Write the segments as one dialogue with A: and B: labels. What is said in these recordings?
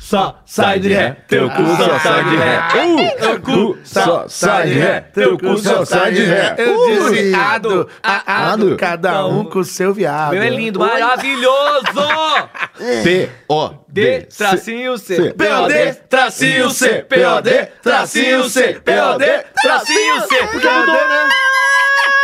A: só sai de ré. Teu cu só sai de ré. Uh, Teu cu só sai de ré. Teu cu só sai de ré.
B: Eu disse
A: Ui.
B: ado, a- ado,
A: Ado.
B: cada um com o seu viado.
C: Meu é lindo, maravilhoso! D,
A: T-O-D.
C: tracinho
A: C.
C: C.
A: POD, tracinho C. POD, tracinho C. POD,
C: tracinho C. Porque mudou, né?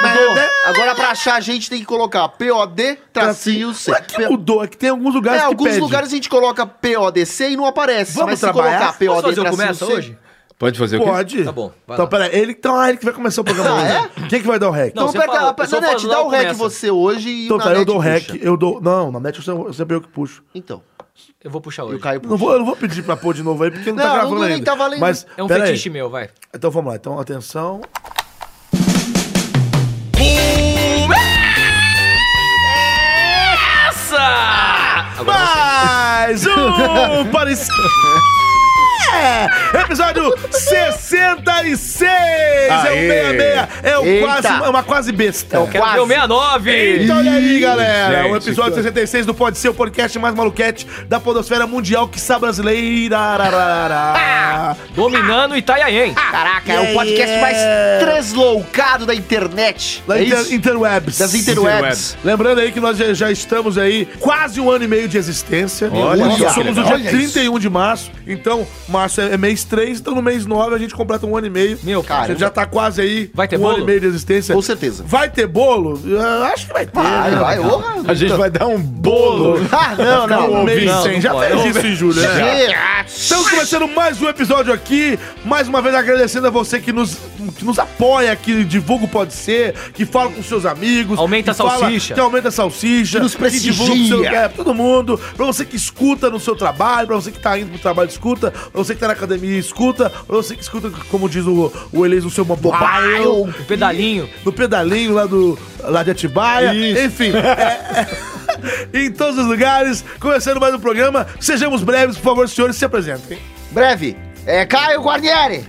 D: Mas né, agora pra achar a gente tem que colocar POD tracinho C.
B: Ué, que mudou? assim, É que tem alguns
D: assim, É,
B: lugares que
D: alguns
B: pede.
D: lugares a gente coloca PODC e não aparece.
B: Vamos
D: mas
B: trabalhar?
C: Posso
D: se colocar POD
C: fazer o
D: tracinho
C: começa
D: C.
C: hoje?
A: Pode fazer o quê?
B: Pode.
C: Tá bom, vai
B: Então,
C: lá.
B: peraí, ele, então, ah, ele que vai começar o programa hoje. Quem que vai dar o rec?
C: Não,
D: Então
C: você
D: pega,
C: fala,
D: a-
C: eu só
D: Nanete,
C: falo,
D: dá
C: lá
D: o rec
C: começa.
D: você hoje e
B: então
D: o
B: tá, eu
D: Nanete
B: dou o rec,
D: puxa.
B: eu dou... Não, na net eu sempre- eu sempre eu que puxo.
D: Então,
C: Eu vou puxar
D: e o
C: hoje.
D: Caio puxa.
B: Não vou, eu não vou pedir pra pôr de novo aí, porque não, tá
D: Não,
B: gravando
D: não, nem
B: ainda.
D: tá valendo.
B: Mas,
C: É um
B: peraí.
C: fetiche meu, vai.
B: Então vamos lá, então atenção.
C: Essa!
B: Ah,
C: Agora
B: Mais um Paris... É, Episódio 66!
A: Aê.
B: É o 66! É o
D: Eita.
B: quase, é uma quase besta.
C: eu quero ver o 69!
B: Então olha aí, galera. o
A: gente,
B: episódio
A: que-
B: 66 do Pode Ser, o podcast mais maluquete da podosfera mundial, que sabe brasileira. Arararara.
C: Dominando Itaiaém.
D: Caraca, é
B: Yeah,
D: o podcast mais
B: yeah.
D: tresloucado da internet.
B: Da
D: é
B: inter-
D: isso?
B: interwebs.
D: Das interwebs.
B: Lembrando aí que nós já, já estamos aí quase um ano e meio de existência.
A: Olha
B: Nós
A: só,
B: somos
A: que
B: o
A: legal.
B: dia
D: Olha
B: 31 de março. Então, março é, é mês 3, então no mês 9 a gente completa um ano e meio.
C: Meu, cara.
B: Você já tá quase aí
C: Vai ter
B: um ano
C: bolo?
B: e meio de existência.
D: Com certeza.
B: Vai ter bolo? Eu acho que vai ter.
D: Vai,
B: né?
D: vai, ô.
A: A gente vai dar um bolo.
D: Ah, não, não.
B: Um
A: não,
B: mês
A: não,
B: sem.
C: não
B: Já
C: pode.
B: fez isso em julho, né?
D: Gente.
B: Estamos começando mais um episódio aqui. Mais uma vez agradecendo a você que nos, que nos apoia, que divulga o Pode Ser, que fala com seus amigos.
C: Aumenta
B: que
C: a
B: fala-
C: salsicha.
B: que aumenta a salsicha.
D: Que nos prestigia.
B: divulga pro seu lugar, pra todo mundo. Pra você que escuta no seu trabalho, pra você que tá indo pro trabalho escuta, pra você que tá na academia escuta, pra você que escuta, como diz o, o Elias, no seu mobile,
C: O Um pedalinho.
B: no pedalinho lá, do, lá de Atibaia.
A: Isso.
B: Enfim. é- Em todos os lugares, começando mais um programa. Sejamos breves, por favor, senhores, se apresentem.
D: Breve. É Caio Guarnieri.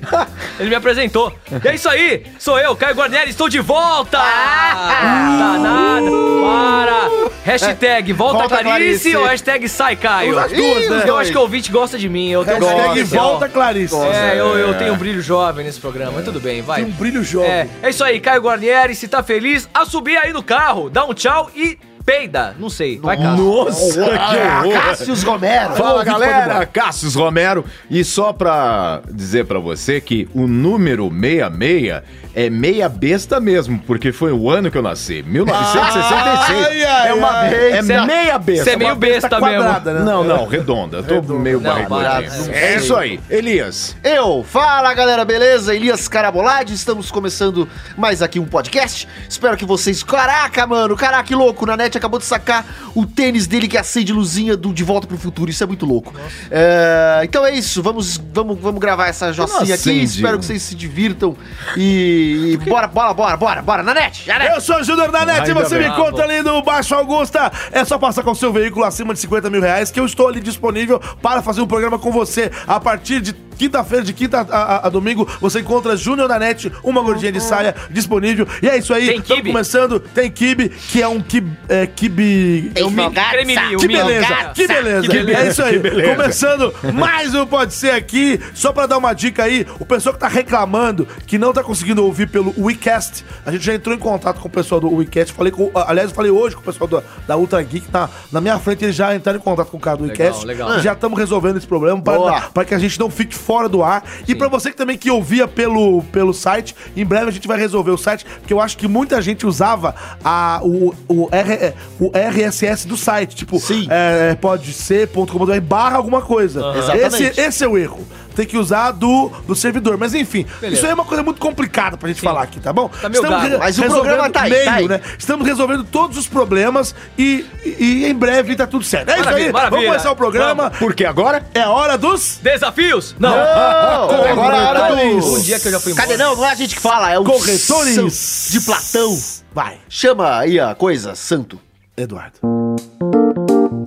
C: Ele me apresentou. E é isso aí, sou eu, Caio Guarnieri, estou de volta!
B: Ah!
C: tá nada, para!
B: É.
C: Hashtag volta,
D: Volta,
C: Clarice,
D: Clarice.
C: ou hashtag sai Caio?
B: As duas,
D: Ih,
B: né?
D: os
C: Eu
D: dois.
C: acho que o ouvinte gosta de mim, eu tenho
B: Hashtag
C: gosto,
B: volta,
C: ó.
B: Clarice.
C: É, eu, eu tenho um brilho jovem nesse programa, mas tudo bem, vai.
B: Tem um brilho jovem.
C: É, é isso aí, Caio Guarnieri, se tá feliz, a subir aí no carro, dá um tchau e peida. Não sei, vai cá.
A: Nossa, que horror.
D: Cássio
E: Tá
D: Romero.
A: Fala
D: Ouve, pode-
A: galera, Cassius Romero. E só pra dizer pra você que o número 66 é meia besta mesmo, porque foi o ano que eu nasci, 1966.
B: Ai, ai,
A: é uma
B: ai.
A: é
C: Cê é-
A: meia besta.
C: cê é meio
A: uma besta
C: besta mesmo.
A: quadrada, né? Não, não, redonda. Eu tô meio
C: Não,
A: barrigudinho.
C: barata,
A: É, isso aí. Elias.
D: Eu, fala galera, beleza? Elias Carabolade, estamos começando mais aqui um podcast. Espero que vocês. Caraca, mano, caraca, que louco! O Nanete acabou de sacar o tênis dele que acende luzinha do De Volta pro Futuro, isso é muito louco. É, então é isso, vamos, vamos, vamos gravar essa jocinha aqui.
A: acende.
D: Espero que vocês se divirtam e. e bora, bora, bora, bora, bora, Nanete! Nanete!
B: Eu sou o Júnior da NET e
A: Ainda
B: você
A: bem.
B: me conta ali no Baixo Augusta. É só passar com o seu veículo acima de 50 mil reais que eu estou ali disponível para fazer um programa com você. A partir de quinta-feira, de quinta a, a- a domingo, você encontra Júnior da NET, uma gordinha de saia disponível. E é isso aí.
C: Tem
B: Tamo
C: kibe?
B: começando. Tem kibe, que é um kibe... É, kibe...
D: Tem
C: mi-
D: fogaça,
C: creme-
B: Que
C: Humilha.
B: beleza,
C: Gaça.
B: que beleza,
C: Que beleza,
B: É isso aí.
A: que beleza.
B: Começando mais um Pode Ser aqui. Só pra dar uma dica aí, o pessoal que tá reclamando que não tá conseguindo ouvir pelo WeCast, a gente já entrou em contato com o pessoal do WeCast. Falei com, ah, aliás, eu falei hoje com o pessoal da, da Ultra Geek, na, na minha frente eles já entraram em contato com o cara do WeCast.
C: legal.
B: Já estamos resolvendo esse problema
D: Boa.
B: para que a gente não fique fora do ar. E pra você que também que ouvia pelo, pelo site, em breve a gente vai resolver o site, porque eu acho que muita gente usava a, o, o, R- é, o RSS do site, tipo,
D: Sim.
B: é, pode ser.com.br barra alguma coisa.
D: Exatamente.
B: Esse, esse é o erro. Tem que usar do, do servidor. Mas enfim,
C: Beleza.
B: isso aí é uma coisa muito complicada pra gente falar aqui, tá bom?
C: Tá meio gago.
D: Mas o programa tá aí,
B: meio,
D: tá aí.
B: né? Estamos resolvendo todos os problemas e, e e em breve tá tudo certo. É isso
C: Maravilha,
B: aí, vamos
C: maravilha.
B: começar o programa.
A: Porque agora
B: É a hora dos
C: Desafios? Não.
D: Agora é a hora do.
C: Um dia que eu já fui embora.
D: Cadê não? Não é a gente que fala, é o
B: corretores
D: de Platão.
B: Vai,
D: Chama aí a coisa, santo.
B: Eduardo.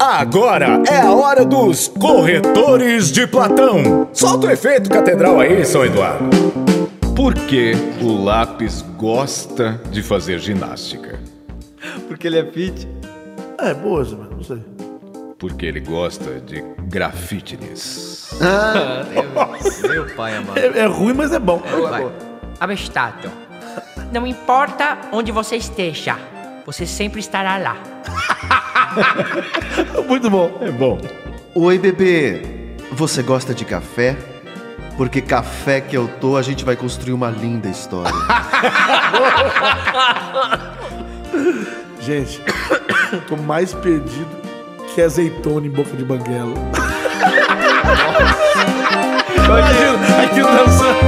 E: Agora é a hora dos corretores de Platão. Solta o efeito catedral aí, São Eduardo.
A: Por que o lápis gosta de fazer ginástica?
C: Porque ele é fit.
B: É, boa, Zé, mas não sei.
A: Porque ele gosta de grafites.
C: Meu pai amado.
B: É, é ruim, mas é bom.
C: Vai.
F: Abestado. Não importa onde você esteja, você sempre estará lá.
B: Muito bom.
A: É bom.
D: Oi, bebê. Você gosta de café? Porque café que eu tô, a gente vai construir uma linda história.
B: Gente, tô mais perdido que azeitona em boca de banguela. Imagina, aqui dançando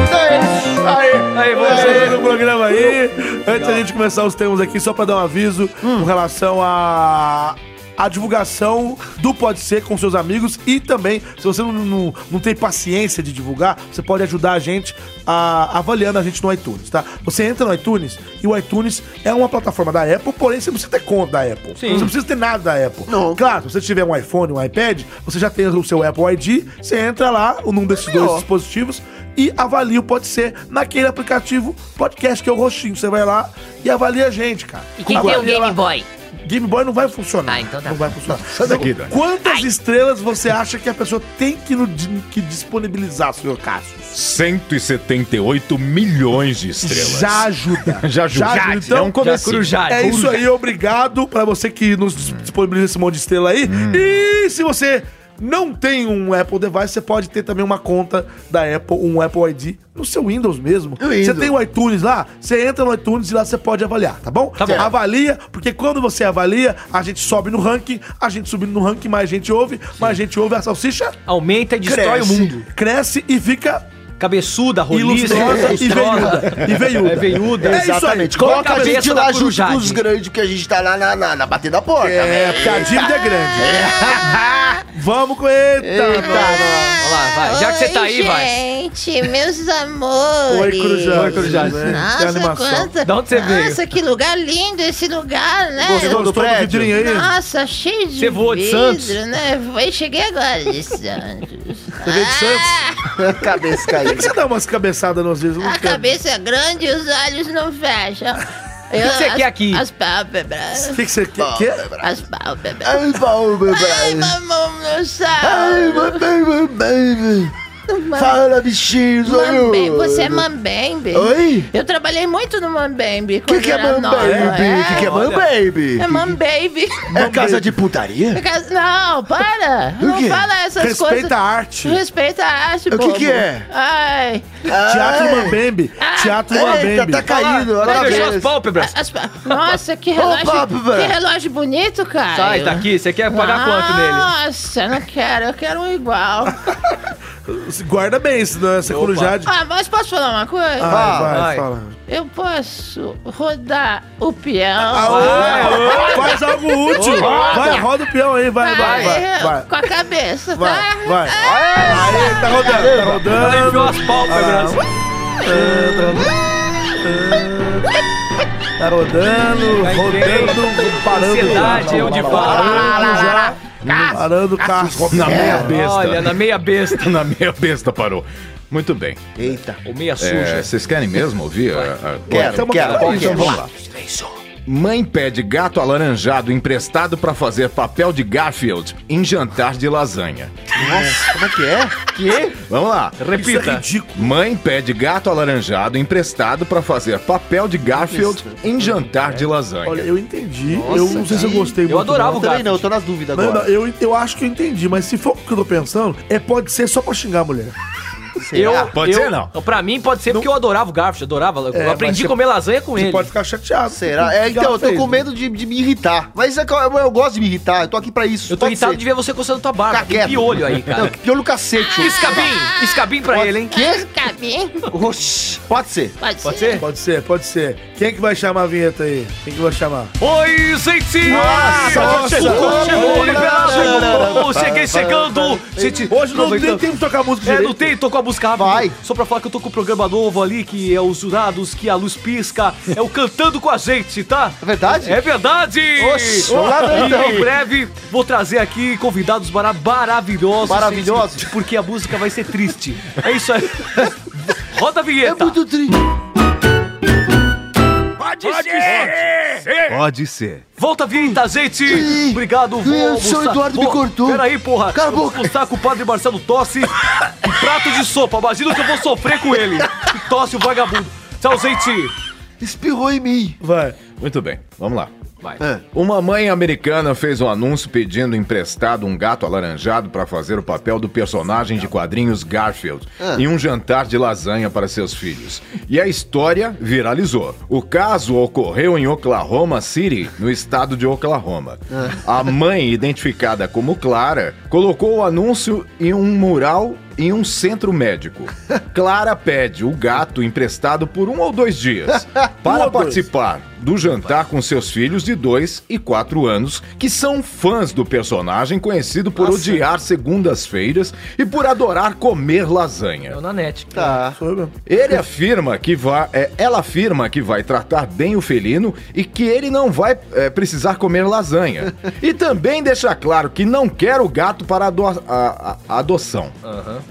C: Aí, você.
B: no programa aí. Antes da gente começar os temas aqui, só pra dar um aviso com relação a. A divulgação do Pode Ser com seus amigos e também, se você não, não, não tem paciência de divulgar, você pode ajudar a gente a, avaliando a gente no iTunes, tá? Você entra no iTunes e o iTunes é uma plataforma da Apple, porém você não precisa ter conta da Apple. Você não precisa ter nada da Apple.
D: Não.
B: Claro, se você tiver um iPhone, um iPad, você já tem o seu Apple ID, você entra lá, num desses dois dispositivos, e avalia o Pode Ser naquele aplicativo podcast que é o roxinho. Você vai lá e avalia a gente, cara.
F: E quem tem
B: Avalia
F: o Game
B: lá.
F: Boy?
B: Game Boy não vai funcionar.
F: Ah, então tá
B: Não vai funcionar.
A: Sai daqui, Dani.
B: Quantas estrelas você acha que a pessoa tem que, no- que disponibilizar, senhor Cassius?
A: 178 milhões de estrelas.
B: Já ajuda.
A: Já ajuda. Já,
B: Então,
A: é um começo.
C: Corujade.
B: É isso aí, obrigado pra você que nos dis- disponibiliza esse monte de estrela aí. E se você não tem um Apple device, você pode ter também uma conta da Apple, um Apple ID no seu Windows mesmo. Você tem o iTunes lá, você entra no iTunes e lá você pode avaliar, tá bom?
C: Tá bom.
B: Avalia, porque quando você avalia, a gente sobe no ranking, a gente subindo no ranking, mais gente ouve, mais gente ouve a salsicha,
C: Aumenta e destrói
D: Cresce.
C: o mundo.
B: cresce e fica
C: Cabeçuda, roliça,
B: ilustrosa e
C: lustrosa.
B: veiuda. E veiuda.
C: É veiuda.
B: É
D: Exatamente.
B: isso aí.
D: Coloca a
C: Cabeça
D: gente
C: da
D: lá junto
C: corujade.
D: com os grandes, que a gente tá lá na, na, na batendo a porta,
B: É,
D: né?
B: porque a dívida é grande. Vamos com eita, mano.
C: Tá, Olha lá, vai. Já que você tá aí,
G: Oi,
C: vai.
G: Gente, meus amores.
B: Oi, Crujá. Oi, Crujá. Que
G: Nossa,
B: animação.
G: quanta...
C: Da onde você veio?
G: Nossa, que lugar lindo esse lugar, né?
D: Gostou do prédio?
B: vidrinho aí?
G: Nossa, cheio de
C: Você voou de Santos?
G: né? Foi, cheguei agora de Santos.
C: veio de Santos?
D: Cabeça
B: Por que
D: caindo.
B: você dá umas cabeçadas nos vezes? Eu não
G: A
B: quero.
G: cabeça é grande e os olhos não fecham. O
C: que você quer aqui?
G: As pálpebras.
B: O que é? que você quer? quer?
G: As pálpebras.
D: Ai, baúba,
G: Ai, mamão no
D: Ai,
G: céu.
D: baby, baby. Fala, bichinho,
G: Mambembe,
D: olha.
G: você é mambembe?
D: Oi?
G: Eu trabalhei muito no mambembe.
D: O que, que é
G: era
D: man
G: nova.
D: baby? O que, que é
G: É,
D: man baby?
G: é mambaby.
D: É casa de putaria?
G: Não, para.
D: O
G: Não
D: quê?
G: fala essas
B: Respeita
G: coisas.
B: a arte.
G: Respeita a arte,
D: O que
G: bobo.
D: que é?
G: Ai.
B: Teatro Mambembe. Teatro
D: Ah, Eita,
B: Mambembe.
D: tá caindo. olha a
C: Vai fechar as
D: cabeça.
C: pálpebras.
G: as pa- Nossa, que relógio.
D: Ô, papo, velho.
G: que relógio bonito, cara.
C: Sai, tá aqui. Você quer pagar quanto
G: Ah.
C: nele?
G: Nossa, não quero, eu quero um igual.
B: Se Guarda bem isso, né? Essa corujade.
G: Ah, mas posso falar uma coisa?
B: Ah,
D: vai,
B: vai,
C: vai.
B: fala.
G: Eu posso rodar o peão.
B: Ah, Faz algo útil. Vai, roda o peão aí. Vai, vai, vai.
G: eu-
B: Vai,
G: Com a cabeça, tá?
B: vai. vai. Aí, tá rodando, tá
C: Ela enfiou
B: rodando.
C: as pálpebras.
B: Tá rodando,
C: Vai
B: rodando,
C: vendo.
B: parando.
C: Ansiedade, eu de fala.
B: Parando já. Parando o carro.
A: Na Ah, meia besta.
C: Olha, na meia besta.
A: Na meia besta parou. Muito bem.
D: Eita.
C: Ou meia
A: É,
C: suja.
A: Vocês querem mesmo ouvir? a- a-
D: Quero,
B: Tamo-
D: quero.
B: Então
D: quero.
B: vamos lá.
A: Mãe pede gato alaranjado emprestado pra fazer papel de Garfield em jantar de lasanha.
D: Nossa, como é que é?
A: Vamos lá.
B: Isso é
C: Repita.
B: ridículo.
A: Mãe pede gato alaranjado emprestado pra fazer papel de Garfield em jantar de
B: Olha,
A: lasanha.
B: eu entendi.
D: Nossa,
B: eu não sei se eu
D: cara.
B: gostei muito.
C: Eu adorava o
D: Também
C: gato.
D: não, eu tô nas dúvidas
B: Não, não,
D: agora.
B: eu, eu acho que eu entendi, mas se for o que eu tô pensando, é pode ser só pra xingar a mulher.
C: Eu,
A: Pode
C: eu-
A: ser, não?
C: Pra mim pode ser porque eu adorava o Garfield, adorava. Eu aprendi a comer lasanha com
B: Você
C: ele.
B: pode ficar chateado.
D: Será? É, então, eu tô com medo de, de me irritar. Mas é que eu, eu gosto de me irritar, eu tô aqui pra isso.
C: Eu tô
D: Pode
C: irritado
D: ser.
C: de ver você coçando tua barba.
D: Tá
C: Tem
D: quieto.
C: piolho aí, cara.
D: Não, que piolho cacete.
C: Escabim! Escabim pra ele, hein?
G: Que? Cabinho?
D: Oxi. Pode ser.
G: Pode,
C: Pode ser?
B: Pode ser, pode ser. Quem é que vai chamar a vinheta aí? Quem é que vai chamar?
C: Oi, gente!
B: Nossa,
C: chegou,
B: nossa,
C: chegou,
B: nossa,
C: liberado! Cheguei chegando! Gente,
B: Hoje não tem
C: aproveitando.
B: tempo de tocar música
C: É,
B: direito.
C: não tem, tô com a música rápido.
D: Vai.
C: Só pra falar que eu tô com o programa novo ali, que é os jurados, que a luz pisca. É o Cantando com a Gente, tá?
D: É verdade?
C: É verdade!
D: Oxi, vamos lá,
C: E
D: então.
C: Em breve vou trazer aqui convidados mara- maravilhosos.
D: Maravilhosos.
C: Porque a música vai ser triste. É isso aí. Roda a
D: É
C: vinheta.
D: triste.
A: Pode ser.
C: Volta a vinheta, gente!
D: Ih,
C: Obrigado, vou
D: ih, o
C: almoçar.
D: senhor Eduardo me
C: Pô,
D: cortou.
C: Peraí, porra.
D: Cala a
C: Eu vou
D: boca.
C: almoçar com o padre Marcelo Tosse. Um prato de sopa. Imagina o que eu vou sofrer com ele. Que Tosse o vagabundo. Tchau, gente.
D: Espirrou em mim.
B: Vai.
A: Muito bem, vamos lá.
C: Vai.
A: Uma mãe americana fez um anúncio pedindo emprestado um gato alaranjado para fazer o papel do personagem de quadrinhos Garfield em um jantar de lasanha para seus filhos. E a história viralizou. O caso ocorreu em Oklahoma City, no estado de Oklahoma. A mãe, identificada como Clara, colocou o anúncio em um mural em um centro médico. Clara pede o gato emprestado por um ou dois dias para participar do jantar com seus filhos de 2 e 4 anos, que são fãs do personagem conhecido por odiar segundas-feiras e por adorar comer lasanha.
C: Eu na net.
D: Tá.
B: Sou eu mesmo.
A: Ele afirma que vai. é, ela afirma que vai tratar bem o felino e que ele não vai é, precisar comer lasanha. E também deixa claro que não quer o gato para ado- a- a- adoção.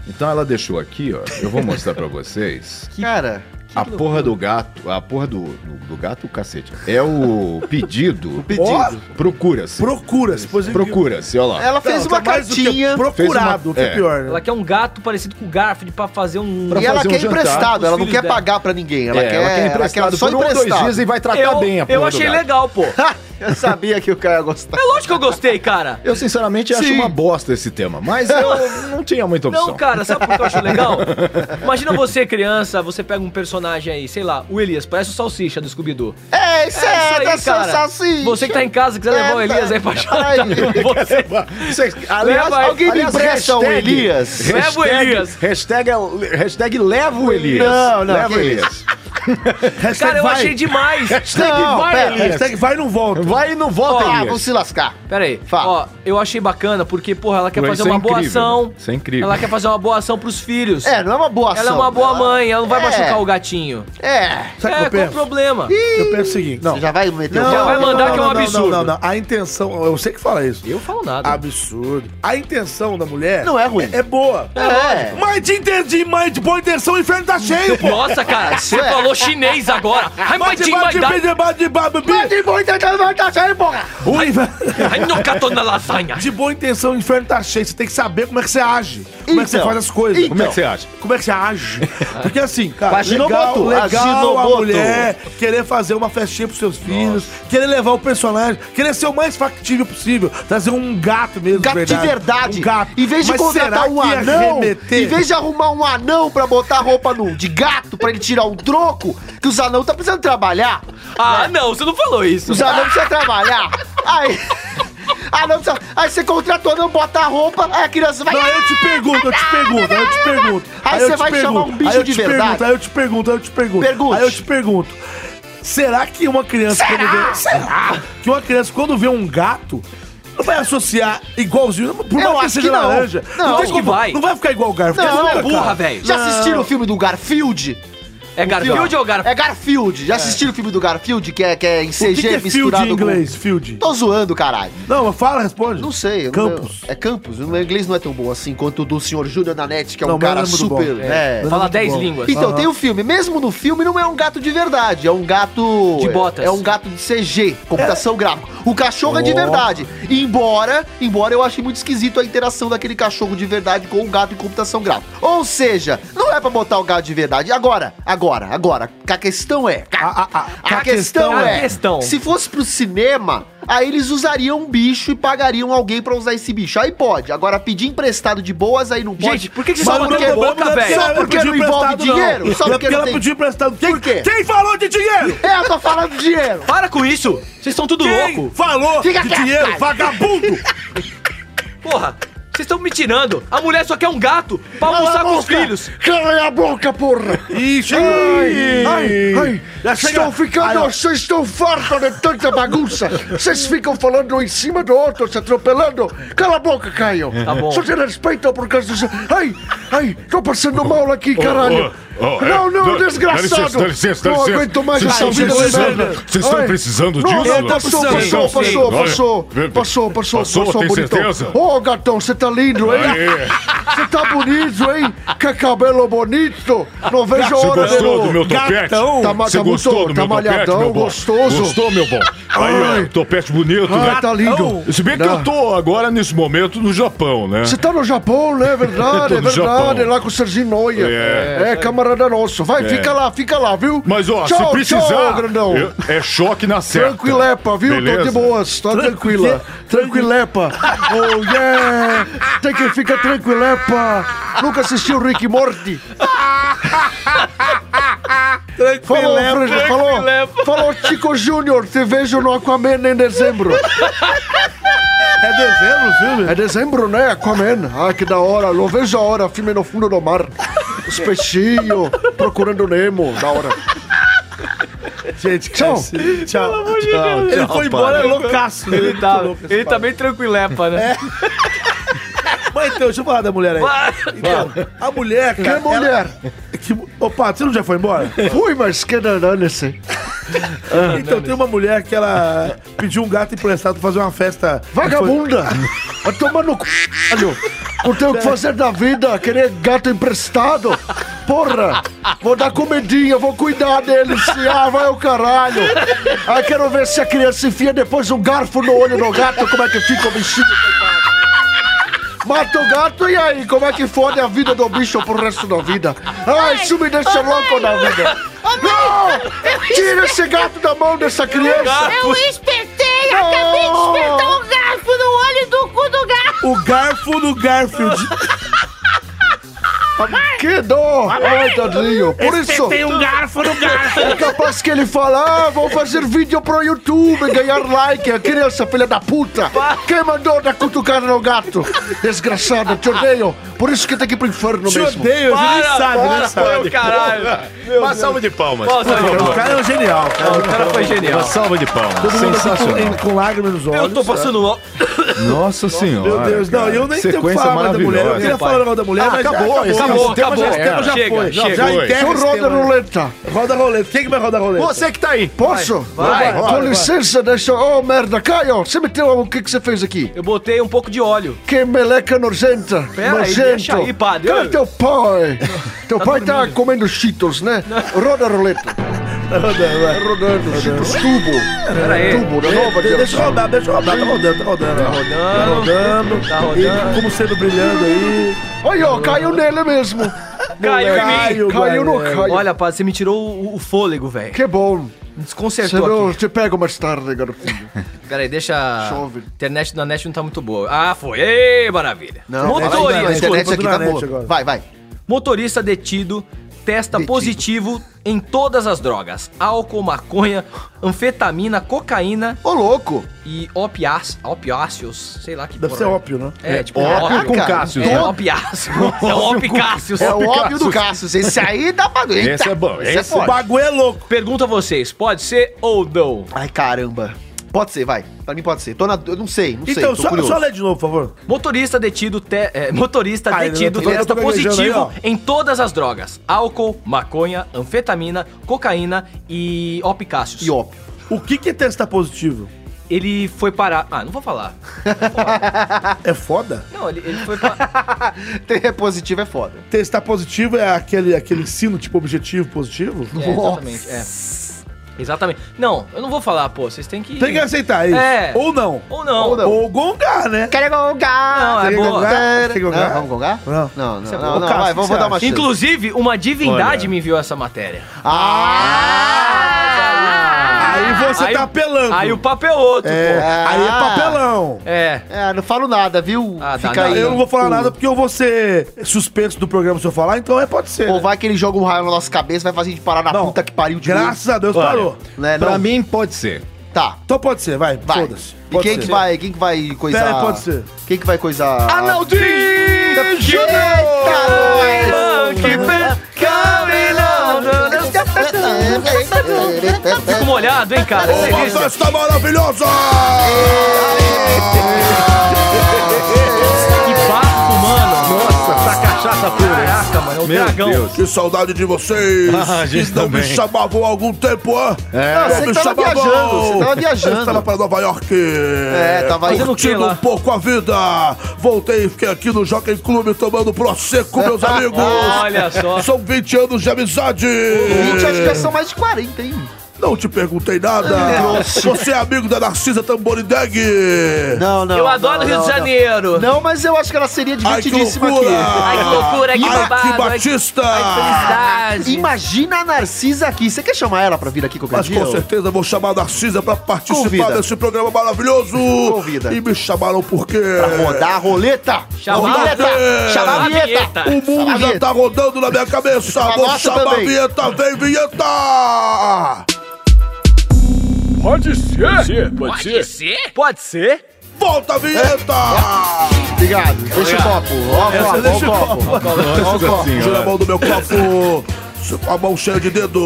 A: Então ela deixou aqui, ó. Eu vou mostrar pra vocês.
D: Cara,
A: a porra do gato. A porra do, do, do gato, cacete. É o pedido. o
D: pedido.
A: Procura-se.
B: Procura-se, pois é.
A: Procura-se, ó lá.
D: ela
B: Não,
D: fez
B: tá
D: uma
B: mais do que
D: cartinha
B: Procurado,
A: Fez uma-
B: o que é
A: é.
B: pior, né?
C: Ela quer um gato parecido com o Garfield pra fazer um...
D: e ela
A: fazer um
D: quer
A: jantar
D: emprestado.
C: pros
D: Ela não
C: filhos
D: quer
C: dela.
D: pagar pra ninguém. Ela
A: É,
D: quer,
A: ela quer emprestado
D: ela quer só
A: por um ou dois
D: emprestado.
A: dias e vai tratar
C: Eu,
A: bem a porra
C: eu
A: do
C: achei
A: gato.
C: legal, pô. É
D: Ha! Eu sabia que o cara ia gostar.
C: lógico que eu gostei, cara.
A: Eu, sinceramente, acho
D: Sim.
A: uma bosta esse tema, mas eu não tinha muita opção.
C: Não, cara, sabe por que eu acho legal? Imagina você, criança, você pega um personagem aí, sei lá, o Elias, parece o Salsicha do Scooby-Doo.
D: É, isso é,
C: isso
D: é
C: aí,
D: da
C: cara.
D: salsicha.
C: Você que tá em casa, quiser levar o
D: É, tá.
C: Elias aí pra jantar
D: Aí.
C: com você.
A: Vocês-
C: Leva aí.
D: Alguém me
A: aliás,
D: empresta o
A: hashtag-
D: Elias?
C: Leva o Elias.
A: Hashtag, é hashtag leva o Elias.
D: Não, não,
A: Leva o
D: que
A: Elias.
B: Hashtag
C: Cara, eu
B: vai.
C: achei demais.
A: Hashtag
D: Não,
A: vai,
D: pera,
A: Elias.
B: Hashtag vai e não volta.
A: Vai e não volta,
C: Ó,
D: Ah, vão
A: Elias.
D: se lascar.
C: Pera aí,
D: Fala.
C: ó, eu achei bacana porque, porra, ela quer
A: Isso
C: fazer
A: é
C: uma boa
A: incrível,
C: ação.
A: né? Isso é incrível.
C: Ela quer fazer uma boa ação pros filhos.
D: É, não é uma boa ação.
C: Ela é uma boa
D: Ela-
C: mãe, ela não vai
D: É,
C: machucar o gatinho.
D: É.
B: Sabe o
C: é,
B: que eu
C: qual o
B: penso?
C: problema?
B: Eu penso o seguinte. Não.
D: Você já vai meter
C: já
D: pau?
C: vai mandar que é um absurdo.
B: Não, não, não. A intenção... Eu sei que fala isso.
C: Eu falo nada.
B: Absurdo. A intenção da mulher...
D: Não é ruim.
B: É, é boa.
D: É.
B: Mas de, inte- de, mãe de boa intenção, o inferno tá cheio, pô.
C: Nossa, cara, você
D: é.
C: falou chinês agora. Ai,
B: Mas
C: mas
B: de
C: de vai
B: bate,
C: dar.
B: de bate, de bate, de
D: Mas tem muita gente que vai tá saindo, porra.
B: O inferno...
C: Ai, não catou na lasanha.
B: De boa intenção, o inferno tá cheio. Você tem que saber como é que você age. Como é que você
D: Então.
B: faz as coisas.
D: Então.
A: Como é que você acha?
B: Como é que você age? Porque assim, cara,
D: Aginomoto,
B: legal, legal a
D: aginomoto.
B: mulher querer fazer uma festinha pros seus filhos, querer levar o personagem, querer ser o mais factível possível, trazer um gato mesmo,
D: Gato de verdade.
B: Um gato.
D: Em vez de
B: Mas será
D: contratar um
B: que ia
D: anão,
B: remeter?
D: em vez de arrumar um anão pra botar a roupa no, de gato pra ele tirar um troco, que os anão tá precisando trabalhar.
C: Ah, não, você não falou isso.
D: Os anão precisam trabalhar. Aí. Anão precisa, aí você contratou anão, bota a roupa, aí a criança vai.
B: Não, aí eu te pergunto, eu te pergunto, aí eu te pergunto.
D: Aí
B: eu
D: você
B: te
D: vai
B: pergunto,
D: chamar um bicho
B: aí eu
D: de
B: te
D: verdade?
B: Pergunto, aí eu te pergunto, aí eu te pergunto.
D: Pergunte.
B: Aí eu te pergunto. Será que uma criança quando vê. Será? Que uma criança quando vê um gato. Não vai associar igualzinho, por mais
D: acho
B: que seja
D: que não.
B: laranja.
D: Não,
B: tem
D: acho
C: que
B: como-
C: vai.
B: Não vai ficar igual o Garfield.
D: Não,
B: nunca,
D: é
C: burra,
B: cara.
C: velho.
D: Já assistiram o filme do Garfield?
C: É Garfield ou Garfield?
D: É Garfield. Já assistiram o filme do Garfield, que é, que é em
B: O
D: CG
B: que, que é field
D: misturado
B: em inglês? Field.
D: com. Tô zoando, caralho.
B: Não, mas fala, responde.
D: Não sei. eu não-
B: Campos.
D: é Campos. O meu inglês não é tão bom assim quanto o do senhor Júnior Nanete, que é um
B: Não, mas
D: cara
B: é muito
D: super.
B: bom.
D: né?
C: Fala
B: muito
C: 10
B: bom.
C: línguas.
D: Então, tem o filme. Mesmo no filme, não é um gato de verdade. É um gato.
C: De botas.
D: É um gato de CG, computação gráfica. O cachorro é de verdade. Embora, embora eu achei muito esquisito a interação daquele cachorro de verdade com um gato em computação gráfica. Ou seja, não é pra botar o gato de verdade. Agora, agora, agora. A questão é.
B: A, a-
D: A,
B: a
D: questão,
C: questão
D: é,
C: é- questão.
D: se fosse pro cinema, aí eles usariam um bicho e pagariam alguém pra usar esse bicho. Aí pode. Agora, pedir emprestado de boas, aí não pode.
C: Gente, por que que vocês
D: Mas
C: estão
B: é
D: porque-
C: batendo boca,
D: só
C: velho?
D: Só porque não envolve dinheiro? Só
B: Só
D: porque
B: porque
D: não
B: ela
D: tem...
B: pediu emprestado. Quem,
D: Por quê?
B: Quem falou de dinheiro?
D: É, eu tô falando de dinheiro.
C: Para com isso. Vocês estão tudo
B: Quem
C: louco.
B: falou
D: Fica
B: de
D: quieto,
B: dinheiro?
D: cara.
B: Vagabundo!
C: Porra. Vocês estão me tirando. A mulher só quer um gato pra almoçar com os filhos.
D: Cala a boca, porra!
B: Ih, chega.
D: Ai, ai, ai.
B: Já chega.
D: Estão ficando,
B: Ai, ó.
D: vocês estão fartos de tanta bagunça. Vocês ficam falando um em cima do outro, se atropelando. Cala a boca, Caio.
C: Tá bom.
D: Só te respeita por causa dos... Ai, ai, tô passando mal aqui, caralho.
E: ô, ô, é,
D: não, não,
E: dá- dá
D: desgraçado.
E: licença, dá licença, dá
D: não
E: licença.
D: aguento mais
E: Vocês
D: essa
E: estão
D: vida
B: precisando-
D: doida.
E: vocês estão
D: Ai.
E: precisando
D: Não,
E: disso?
D: não, Passou,
C: Sim, sim.
D: passou, passou,
E: Olha,
D: passou,
E: vê-
D: passou, passou,
E: Passou,
D: passou,
E: tem
D: bonitão.
E: certeza?
D: Ô, gatão, você tá lindo, hein? Você tá bonito, hein? Que é cabelo bonito! Não vejo a
E: Você
D: hora de
E: gostou
D: no-
E: do meu topete?
B: gatão.
D: Tá ma-
E: Você
D: tá
E: gostou
D: muito-
E: do
D: tá
E: meu topete,
D: malhadão,
E: meu bom?
D: gostoso.
E: Gostou, meu bom? Aí, ó,
D: Ai.
E: topete bonito,
D: Ah,
E: né?
D: tá lindo!
E: Se bem que
D: Não.
E: eu tô agora, nesse momento, no Japão, né?
D: Você tá no Japão, né? É Verdade,
E: Tô
D: é
E: no
D: verdade,
E: Japão.
D: lá com o Serginho Noia.
E: É.
D: É, camarada nosso. Vai,
E: É.
D: fica lá, fica lá, viu?
E: Mas, ó,
D: Tchau,
E: se precisar,
D: Tchau, grandão.
E: eu- é choque na certa.
D: Tranquilepa, viu? Tô de
E: Beleza?
D: boas, tô tranquila. Tranquilepa. Oh, yeah! Tem que ficar tranquilepa. Nunca assistiu Rick e Morty? Falou, Franja, falou. Falou, Chico Júnior, te vejo no Aquaman em dezembro.
B: É dezembro o filme?
D: É dezembro, né? Aquaman. Ah, que da hora. Não vejo a hora, filme no fundo do mar. Os peixinhos, procurando Nemo, da hora.
B: Gente,
D: Tchau.
B: Tchau. Tchau. Ele foi embora loucaço. né?
C: Ele
B: Muito
C: tá,
B: louco esse
C: ele tá
B: papo.
C: bem tranquilepa, né?
B: Mas então, deixa eu falar da mulher aí. Então, a mulher,
D: Que
B: cara. ela-
D: mulher.
B: Que... Ô, Pato, você não já foi embora?
D: Fui, mas que danane-se.
B: Então, tem uma mulher que ela pediu um gato emprestado pra fazer uma festa.
D: Vagabunda! Vai tomar no c... caralho. Não tenho o que fazer da vida, querer gato emprestado. Porra! Vou dar comidinha, vou cuidar deles. Ah, vai o caralho. Ah, quero ver se a criança enfia depois um garfo no olho do gato, como é que fica o bichinho. coitado. Mata o gato e aí, como é que fode a vida do bicho pro resto da vida? Ai, isso me deixa louco na vida. Não! Tira esse gato da mão dessa criança!
G: Eu espetei,
D: Não.
G: acabei de espetar o garfo no olho do cu do gato.
B: O garfo do Garfield.
D: Que dó! Ai, tadinho! Por isso,
F: um garfo no garfo.
D: é capaz que ele fala, ah, vou fazer vídeo pro YouTube, ganhar like, a criança filha da puta! Quem mandou dar cutucada no gato? Desgraçada, te odeio! Por isso que tem que ir pro inferno
B: Te
D: mesmo!
B: odeio, a gente
C: Para,
B: nem sabe, né?
C: para,
B: nem sabe.
C: para, caralho.
E: Uma salva de palmas.
C: Ó, sabe,
B: O cara é um genial, cara.
C: O cara foi genial.
E: Uma salva de palmas.
B: Todo mundo aqui
E: Sensacional.
B: Com, com lágrimas nos olhos.
C: Eu tô passando mal.
A: Nossa senhora.
B: Meu Deus, não, eu nem tenho que falar mais da mulher. Eu queria falar mal da mulher, mas já
D: acabou,
B: acabou,
C: acabou,
B: O tema já,
C: acabou.
B: o tema já
C: Chega,
B: foi.
C: chega.
B: já
E: Foi.
B: enterra
D: Então
H: um
B: esse
D: roda a
B: tema aí.
D: roleta!
B: Roda a roleta. Quem que vai rodar a roleta?
E: Você que tá aí.
D: Posso?
C: vai,
D: Com
B: vai.
D: licença, deixa. Ô, merda, Caio, você meteu o que que você fez aqui?
C: Eu botei um pouco de óleo.
D: Que meleca nojenta!
C: Pera aí,
D: nojento!
C: deixa aí, padre.
D: Cadê teu pai? Teu pai tá comendo cheetos, né? Roda a roleta!
B: Roda, vai.
D: rodando, Cheetos tubo.
C: Pera aí.
D: Tubo, da
B: De-
D: nova
B: Deixa eu
D: geração.
B: rodar, deixa eu rodar. Tá rodando, tá rodando. Tá rodando. Tá rodando.
C: Tá rodando.
B: E como sendo brilhando aí.
D: Aí, ó, caiu nele mesmo.
C: Caiu em mim.
B: Caiu,
D: Caiu no
B: Guilherme.
D: Caio.
C: Olha, pá, você me tirou o, o fôlego, velho.
D: Que bom.
C: Me
D: Você
C: desconcertou
D: não,
C: aqui.
D: te pego mais tarde, garotinho.
C: Pera aí, deixa...
D: Chove.
C: Internet da NET não tá muito boa. Ah, foi. Ei, maravilha.
B: fala aí,
C: Motorista,
B: não,
C: desculpa.
B: internet aqui tá boa.
D: Vai, vai.
C: Motorista detido testa positivo em todas as drogas. Álcool, maconha, anfetamina, cocaína
D: Ô, louco.
C: e opiás, opiáceos. Sei lá que
B: Deve ser
C: é.
B: ópio, né?
C: É, tipo...
D: ópio com
A: Cássio,
C: É,
A: né?
C: opiáceo. É opicáceos.
D: É o óbvio do Cassius. Esse aí dá pra... Eita.
E: Esse é bom,
D: Esse é
E: esse
B: O
D: forte.
B: bagulho é louco.
C: Pergunto a vocês, pode ser ou não?
D: Ai, caramba. Pode ser, vai. Pra mim pode ser. Tô na... Eu não sei, não sei.
B: Então,
D: tô
B: só,
D: curioso.
B: só lê de novo, por favor.
C: Motorista detido, te- é, motorista
B: Ah, eu
C: detido
B: tô- eu tô
C: testa
B: gaguejando
C: positivo
B: aí, ó.
C: em todas as drogas: álcool, maconha, anfetamina, cocaína e opicáceos.
D: E óbvio.
B: O que que é testar positivo?
C: Ele foi parar. Ah, não vou falar.
B: É foda?
C: Não, ele, ele foi parar.
D: Ter positivo é foda.
B: Testar positivo é aquele, aquele ensino, tipo, objetivo positivo?
C: é, exatamente. É. Exatamente. Não, eu não vou falar, pô. Vocês têm que.
B: Tem que aceitar isso.
C: É.
B: Ou não.
C: Ou não.
D: Ou não.
B: Ou gongar, né?
D: Quero
C: Não,
D: gongar.
C: é
B: Tem que
C: boa.
B: gongar? Tem que
D: Não,
H: É.
B: gongar?
D: vamos gongar?
B: Não.
D: Não, não,
B: é
D: não,
B: bom.
D: não,
B: Ô, Cássio,
D: vai,
B: o que
D: vou,
B: você
D: vou dar uma
B: acha?
D: chance.
C: Inclusive, uma divindade me enviou essa matéria.
D: Ah!
B: Aí você
C: Aí
B: tá
C: o-
B: apelando.
C: Aí o papel é outro,
B: É,
C: pô.
B: aí é papelão.
C: É.
D: É, não falo nada, viu?
C: Ah, tá,
D: Fica
C: não,
D: aí. é
B: Eu não vou falar nada porque eu vou ser suspenso do programa se eu falar, então é, pode ser.
D: Ou
B: né?
D: vai que ele joga um raio na nossa cabeça, vai fazer a gente parar na
B: Não.
D: puta que pariu de
B: Graças a Deus, parou.
D: novo, né?
A: Pra
D: Não.
A: mim, pode ser.
D: Tá.
B: Então pode ser, vai.
D: Vai.
B: Foda-se.
D: E
B: Pode
D: quem
B: ser.
D: que vai, quem que vai coisar?
B: É, pode ser.
D: Quem que vai coisar?
E: Arnaldinho!
C: Fico molhado, hein, cara? Essa
B: Uma
C: delícia.
B: festa maravilhosa!
C: Que bafo, mano. Nossa, tá cachaça pura. Caraca, mano. É o dragão.
B: Que saudade de vocês!
E: a gente
B: que Ah, não me
E: também.
B: chamavam há algum tempo, hã?
D: Ah,
B: É,
D: você que tava viajando, você tava viajando.
B: Eu estava pra Nova York.
D: É, tava aí.
C: Fazendo o quê
B: Curtindo
C: lá?
B: um pouco a vida. Voltei e fiquei aqui no Jockey Clube tomando Prosecco, meus amigos.
C: Olha só.
B: São 20 anos de amizade.
D: 20, acho que já são mais de 40, hein?
B: Não te perguntei nada.
D: Nossa.
B: Você é amigo da Narcisa Tamborideg.
D: Não, não.
C: Eu adoro o Rio de Janeiro.
D: Não, mas eu acho que ela seria
B: Ai, que
D: divertidíssima
B: loucura.
D: aqui.
I: Ai, que loucura, que
B: Ai, que
I: babado. Ai, que
B: Batista.
I: felicidade.
D: Imagina a Narcisa aqui. Você quer chamar ela pra vir aqui qualquer
B: Mas
D: dia?
B: com certeza vou chamar a Narcisa pra participar
D: Convida.
B: desse programa maravilhoso.
D: Convida.
B: E me chamaram porque...
D: Pra rodar a roleta.
C: Chamar
D: a vinheta.
B: a-
D: Chamar a vinheta.
C: vinheta.
B: O mundo já tá rodando na minha cabeça.
D: A
B: Vou
D: nossa
B: chamar
D: também.
B: a vinheta, vem vinheta!
J: Pode ser. Pode ser, pode ser.
C: Pode ser?
B: Volta a vinheta!
D: Obrigado. Deixa o copo. Ó o copo,
B: deixa
D: ó o copo.
E: Nossa
A: assim,
B: Tira a
E: senhora.
B: mão do meu copo, com a mão cheia de dedo.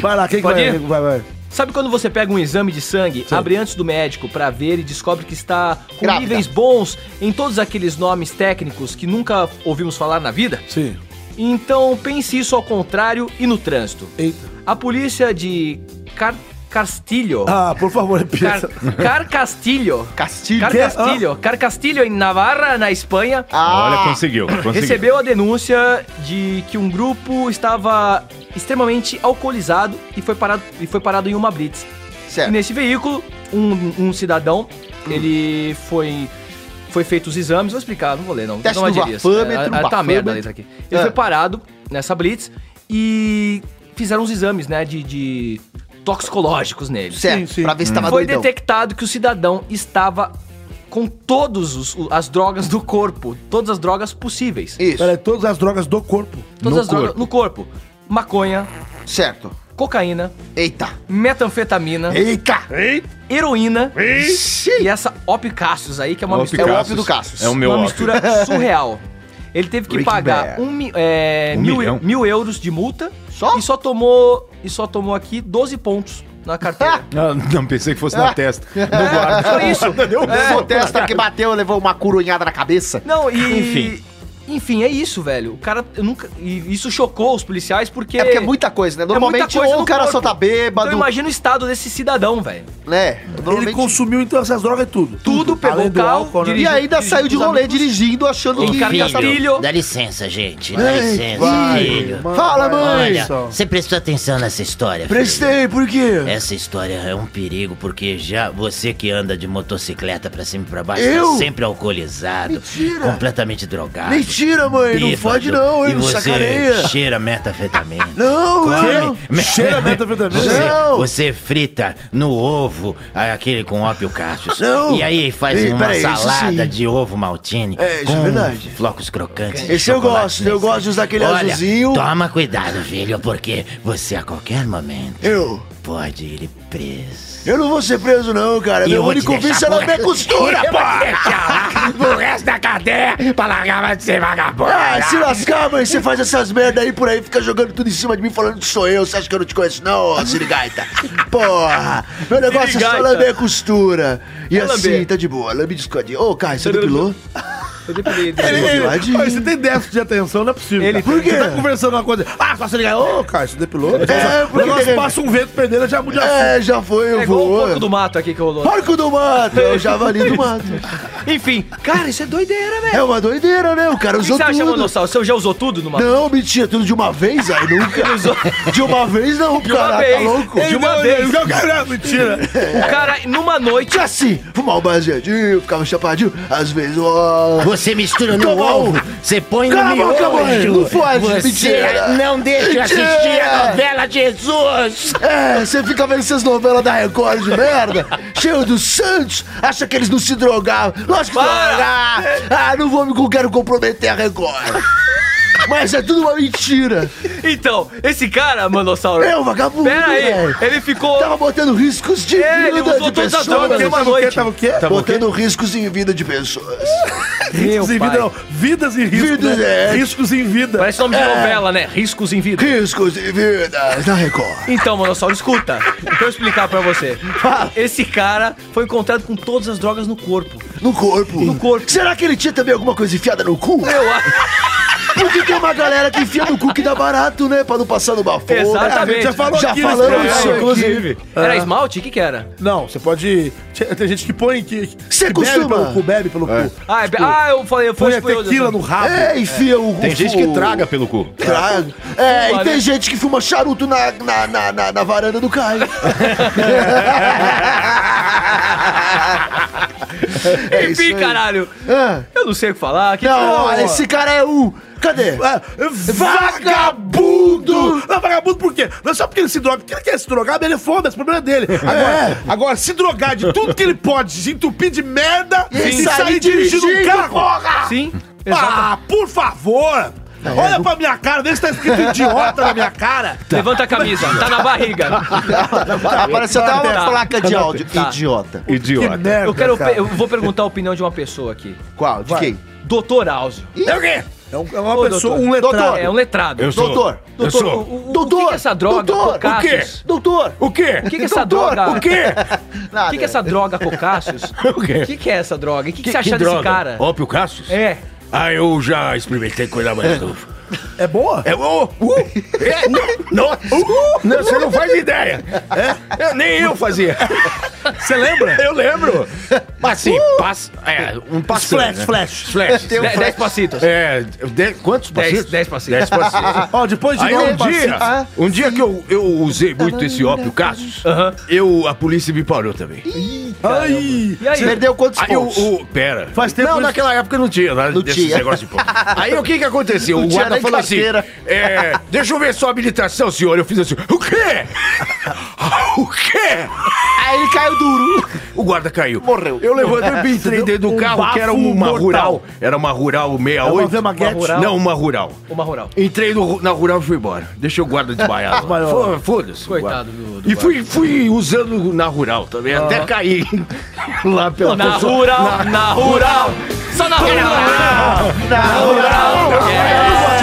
B: Vai lá, quem que
C: Pode
B: vai?
C: ir?
B: Vai, vai.
C: Sabe quando você pega um exame de sangue, abre antes do médico pra ver e descobre que está com
D: Grávida.
C: níveis bons em todos aqueles nomes técnicos que nunca ouvimos falar na vida?
B: Sim.
C: Então pense isso ao contrário e no trânsito.
B: Eita.
C: A polícia de Car Castilho.
B: Ah, por favor,
C: Car,
B: repita.
C: Car Castilho.
D: Castilho.
C: Car Castilho. Car Castilho em Navarra, na Espanha.
D: Ah,
E: Olha, conseguiu, conseguiu.
C: Recebeu a denúncia de que um grupo estava extremamente alcoolizado e foi parado, e foi parado em uma blitz. E
D: certo.
C: nesse veículo, um, um cidadão,
D: Hum.
C: ele foi. Foi feito os exames, vou explicar, não vou ler, não.
D: Teste
C: não
D: do
C: adianta isso.
D: bafômetro,
C: É, tá uma
D: bafômetro.
C: merda a letra aqui. Ele
D: É.
C: foi parado nessa Blitz e fizeram os exames, né, de, de toxicológicos nele.
D: Certo.
B: Sim, sim.
D: Pra ver se tava
C: Foi
D: é doidão.
C: detectado que o cidadão estava com todas as drogas do corpo, todas as drogas possíveis.
D: Isso.
B: Peraí, todas as drogas do corpo.
C: Todas
E: no
C: as drogas no corpo. Maconha,
D: Certo.
C: cocaína,
D: Eita.
C: metanfetamina,
D: Eita.
C: heroína e
D: Ixi.
C: essa Op Cassius aí, que é uma
E: Op
C: mistura,
D: É o
E: Cassius.
D: óbvio do Cassius.
E: É o meu
C: uma
E: óbvio.
C: mistura surreal. Ele teve que
D: Breaking
C: pagar
D: Bad.
C: um, mi- é,
E: Um
C: mil,
E: milhão?
C: mil euros de multa
D: Só?
C: e só tomou e só tomou aqui 12 pontos na carteira.
E: Ah, Não, pensei que fosse na testa.
C: é, foi isso.
D: É, o testa que bateu levou uma coronhada na cabeça.
C: Não, e.
E: Enfim.
C: Enfim. é isso, velho. O cara eu nunca. E isso chocou os policiais porque.
D: É porque é muita coisa, né? Normalmente
C: muita coisa
D: ou o
C: no
D: cara
C: corpo.
D: só tá bêbado,
C: Então imagina o estado desse cidadão, velho.
D: né?
B: Ele consumiu então essas drogas e tudo.
C: Tudo, pegou
B: Além
C: o
B: do
C: carro,
B: álcool, né?
C: dirigiu.
D: E ainda saiu de
C: os
D: rolê
C: amigos.
D: dirigindo, achando que
C: Filho.
D: ia saber.
C: Filho.
K: Dá licença, gente. Dá licença. filho.
D: Fala, mãe!
K: Olha, você prestou atenção nessa história? filho?
B: Prestei, por quê?
K: Essa história é um perigo porque já você que anda de motocicleta pra cima e pra baixo
B: Eu?
K: tá sempre alcoolizado,
B: Mentira.
K: completamente drogado.
B: Mentira, mãe!
K: bêbado,
B: Não fode não,
K: E
B: hein? Não
K: você
B: sacaneia!
K: cheira metafetamina.
B: Não, eu...
K: Me-
B: Cheira a metanfetamina?
K: Você,
B: Não!
K: você frita no ovo ah, aquele com ópio Cassius.
B: Não.
K: E aí faz
B: Ih,
K: uma
B: peraí, isso
K: salada
B: sim.
K: de ovo maltine
B: É, isso é
K: com
B: verdade.
K: flocos crocantes. de
B: Esse eu
K: chocolate
B: gosto, eu
K: nesse.
B: gosto de usar aquele
K: Olha, tá.
B: azulzinho.
K: Toma cuidado, filho, porque você a qualquer momento
B: Eu...
K: pode ir preso.
B: Eu não vou ser preso não, cara.
K: E
B: Meu
K: eu vou te
B: único
K: deixar
B: vício é na
K: por-
B: minha costura,
K: Eu vou te
B: pá!
K: deixar lá O resto da cadeia pra largar de ser vagabundo.
B: Ah, se lascar, mãe, você faz essas merda aí por aí, fica jogando tudo em cima de mim, falando que sou eu. Você acha que eu não te conheço, não, ô sirigaita? Porra! Meu negócio é só
C: Sirigaita.
B: lamber a costura. E
C: É
B: assim,
C: lamber.
B: tá de boa, lambe de escadinha. Ô, Caio, você depilou?
C: Eu depilei dele.
B: Depiladinho.
L: Você tem déficit de atenção, não é possível.
C: Ele
L: Ele
C: tem.
L: Por quê? Você tá conversando uma coisa. Ah, só se ligar. Ô, Caio, você depilou?
B: É,
L: o negócio
B: porque...
L: passa um vento perdeira já muda.
B: É, já foi, eu
C: É igual o
B: vou. É,
C: porco do mato aqui que rolou.
B: Porco do mato, é o javali do mato.
C: Enfim, cara, isso é doideira, velho.
B: É uma doideira, né? O cara
C: O que
B: usou
C: você acha,
B: tudo.
C: Monossauro? Você já usou tudo no mato?
B: Não, mentira, tudo de uma vez? Aí nunca. De uma vez não,
C: uma
B: cara, tá
C: vez.
B: louco?
C: De uma vez.
L: Mentira.
C: O cara, numa noite,
B: Tinha assim, fumar um baseadinho, ficava chapadinho, às vezes, ó.
K: Você mistura no
B: Tá bom.
K: ovo, você põe
B: Cala a
K: no
B: boca, mãe,
K: miojo.
B: não fode,
K: você
B: mentira.
K: não deixa eu
B: Mentira.
K: assistir a novela Jesus.
B: É, você fica vendo essas novelas da Record de merda, cheio dos santos, acha que eles não se drogavam. Lógico que
C: Para.
D: né?
B: drogar. Ah, não vou me, não quero comprometer a Record.
D: Mas é tudo uma mentira.
C: Então, esse cara, Manossauro.
D: É um vagabundo,
C: Pera aí,
D: velho.
C: ele ficou.
D: Tava botando riscos de
C: É, ele
D: vida
C: usou
D: de
C: todas as
D: pessoas.
C: drogas numa noite.
B: Tava o quê?
D: botando riscos em vida de pessoas.
C: Meu
B: Riscos em vida,
C: pai.
B: não. Vidas em risco.
D: Vidas,
B: né?
D: é.
B: Riscos em vida.
C: Parece nome de novela, né? Riscos em vida.
D: Riscos em vida da Record.
C: Então, Manossauro, escuta. Deixa eu explicar pra você.
D: Fala.
C: Esse cara foi encontrado com todas as drogas no corpo.
D: No corpo.
C: No corpo.
D: Hum. Será que ele tinha também alguma coisa enfiada no cu?
C: Eu acho.
D: Porque tem uma galera que enfia no cu que dá barato, né? Pra não passar no bafo.
C: Exatamente.
B: Já falou
D: Ah, Já
B: aqui nesse
D: falamos
B: programa,
D: isso, inclusive.
C: Inclusive. Era esmalte? O que que era?
B: Não, você pode. Tem gente que põe que. que
D: Você
B: bebe
D: costuma?
B: pelo cu, bebe pelo cu.
C: Ah, é be- ah, eu falei, eu fui
B: Põe a
C: né?
B: tequila no rabo.
D: É, enfia o
E: Tem
D: o-
E: gente que traga pelo cu.
D: Trago. É,
C: Olha.
D: e tem gente que fuma charuto na, na, na, na- na varanda do Caio. é
C: Enfim,
D: aí.
C: caralho.
D: Ah.
C: Eu não sei o que falar. Que
D: Não,
C: que-
D: esse cara é o. Cadê?
B: Ah, Vagabundo! Não, vagabundo por quê? Não é só porque ele se droga. Porque ele quer se drogar, ele é foda, esse problema é dele. Agora, agora, se drogar de tudo que ele pode, se entupir de merda
D: E
B: e
D: sair
B: sair dirigindo um
D: dirigindo,
B: carro.
C: Sim. exato.
B: Ah, por favor! Olha pra minha cara, vê se tá escrito idiota na minha cara.
C: Levanta a camisa. Tá na barriga.
D: Tá, apareceu até uma
C: tá.
D: placa de áudio.
C: Tá.
D: Idiota.
B: Que
E: Idiota.
B: merda,
C: Eu quero.
B: cara.
C: Eu vou perguntar a opinião de uma pessoa aqui.
D: Qual? De quem?
C: Doutor Áuzio.
B: É, um- é uma
C: Ô,
B: pessoa,
C: doutor.
B: um letrado.
D: Doutor.
C: É um letrado.
E: Eu sou.
D: Doutor,
E: Eu
C: Doutor, o-
E: sou.
C: o, o
D: Doutor,
C: que que é essa droga?
D: doutor, o
C: Cocácios?
D: Doutor!
E: O quê?
C: O que, que é essa
D: Doutor,
C: droga?
E: O
C: O
E: quê?
C: que, que é essa droga, Cocácios? O
E: quê?
C: que, que é essa droga? O que, que, você
E: Que
C: acha desse
E: droga?
C: cara?
E: Ópio Cassius?
C: É.
E: Ah, eu já experimentei coisa mais nova.
B: É boa?
E: É, ô, uh, é, não, não, uh, não, você não faz ideia. É, eu- nem eu fazia.
B: Você lembra?
E: Eu lembro. Assim, passa. É, um passo.
B: Flash, flash.
E: Flash.
D: Tem um
C: De-
D: flash.
C: Dez passitos.
E: É, dez, quantos
C: Dez,
E: passitos?
C: dez passitos.
E: Dez passitos.
B: Ó, depois de
E: Aí
B: nove
E: um dia,
B: pacientes-
D: ah,
E: um dia que eu, eu usei muito esse ópio Cassius,
C: Aham.
E: eu, a polícia me parou também.
B: Ai,
C: E aí?
D: Perdeu quantos
E: Aí
D: pontos?
E: o, o- Pera.
B: Faz tempo
E: Não,
B: isso.
E: naquela época não tinha nada
D: Não
E: desses
D: tinha.
E: negócios de ponto. Aí o que que aconteceu? o
D: tinha
E: guarda
D: nem
E: falou assim:
D: carteira.
E: é, Deixa eu ver sua habilitação, senhor. Eu fiz assim: O quê? O quê?
D: Aí ele caiu duro.
E: O guarda caiu.
D: Morreu.
E: Eu levantei e entrei dentro do
B: Um
E: carro, que era
B: bafo
E: uma
B: mortal.
E: rural. Era uma rural 68.
B: Uma Vemaguete?
C: rural?
E: Não, uma rural.
C: Uma rural.
E: Entrei no- na rural e fui embora. Deixei o guarda desmaiar. lá.
B: Desmaiou.
E: Fo- Foda-se.
C: Coitado
E: guarda.
C: do- do
E: E fui, fui usando na rural também, até cair lá pela
C: Na
E: pessoa-
C: rural, na, rural. Só na É. rural.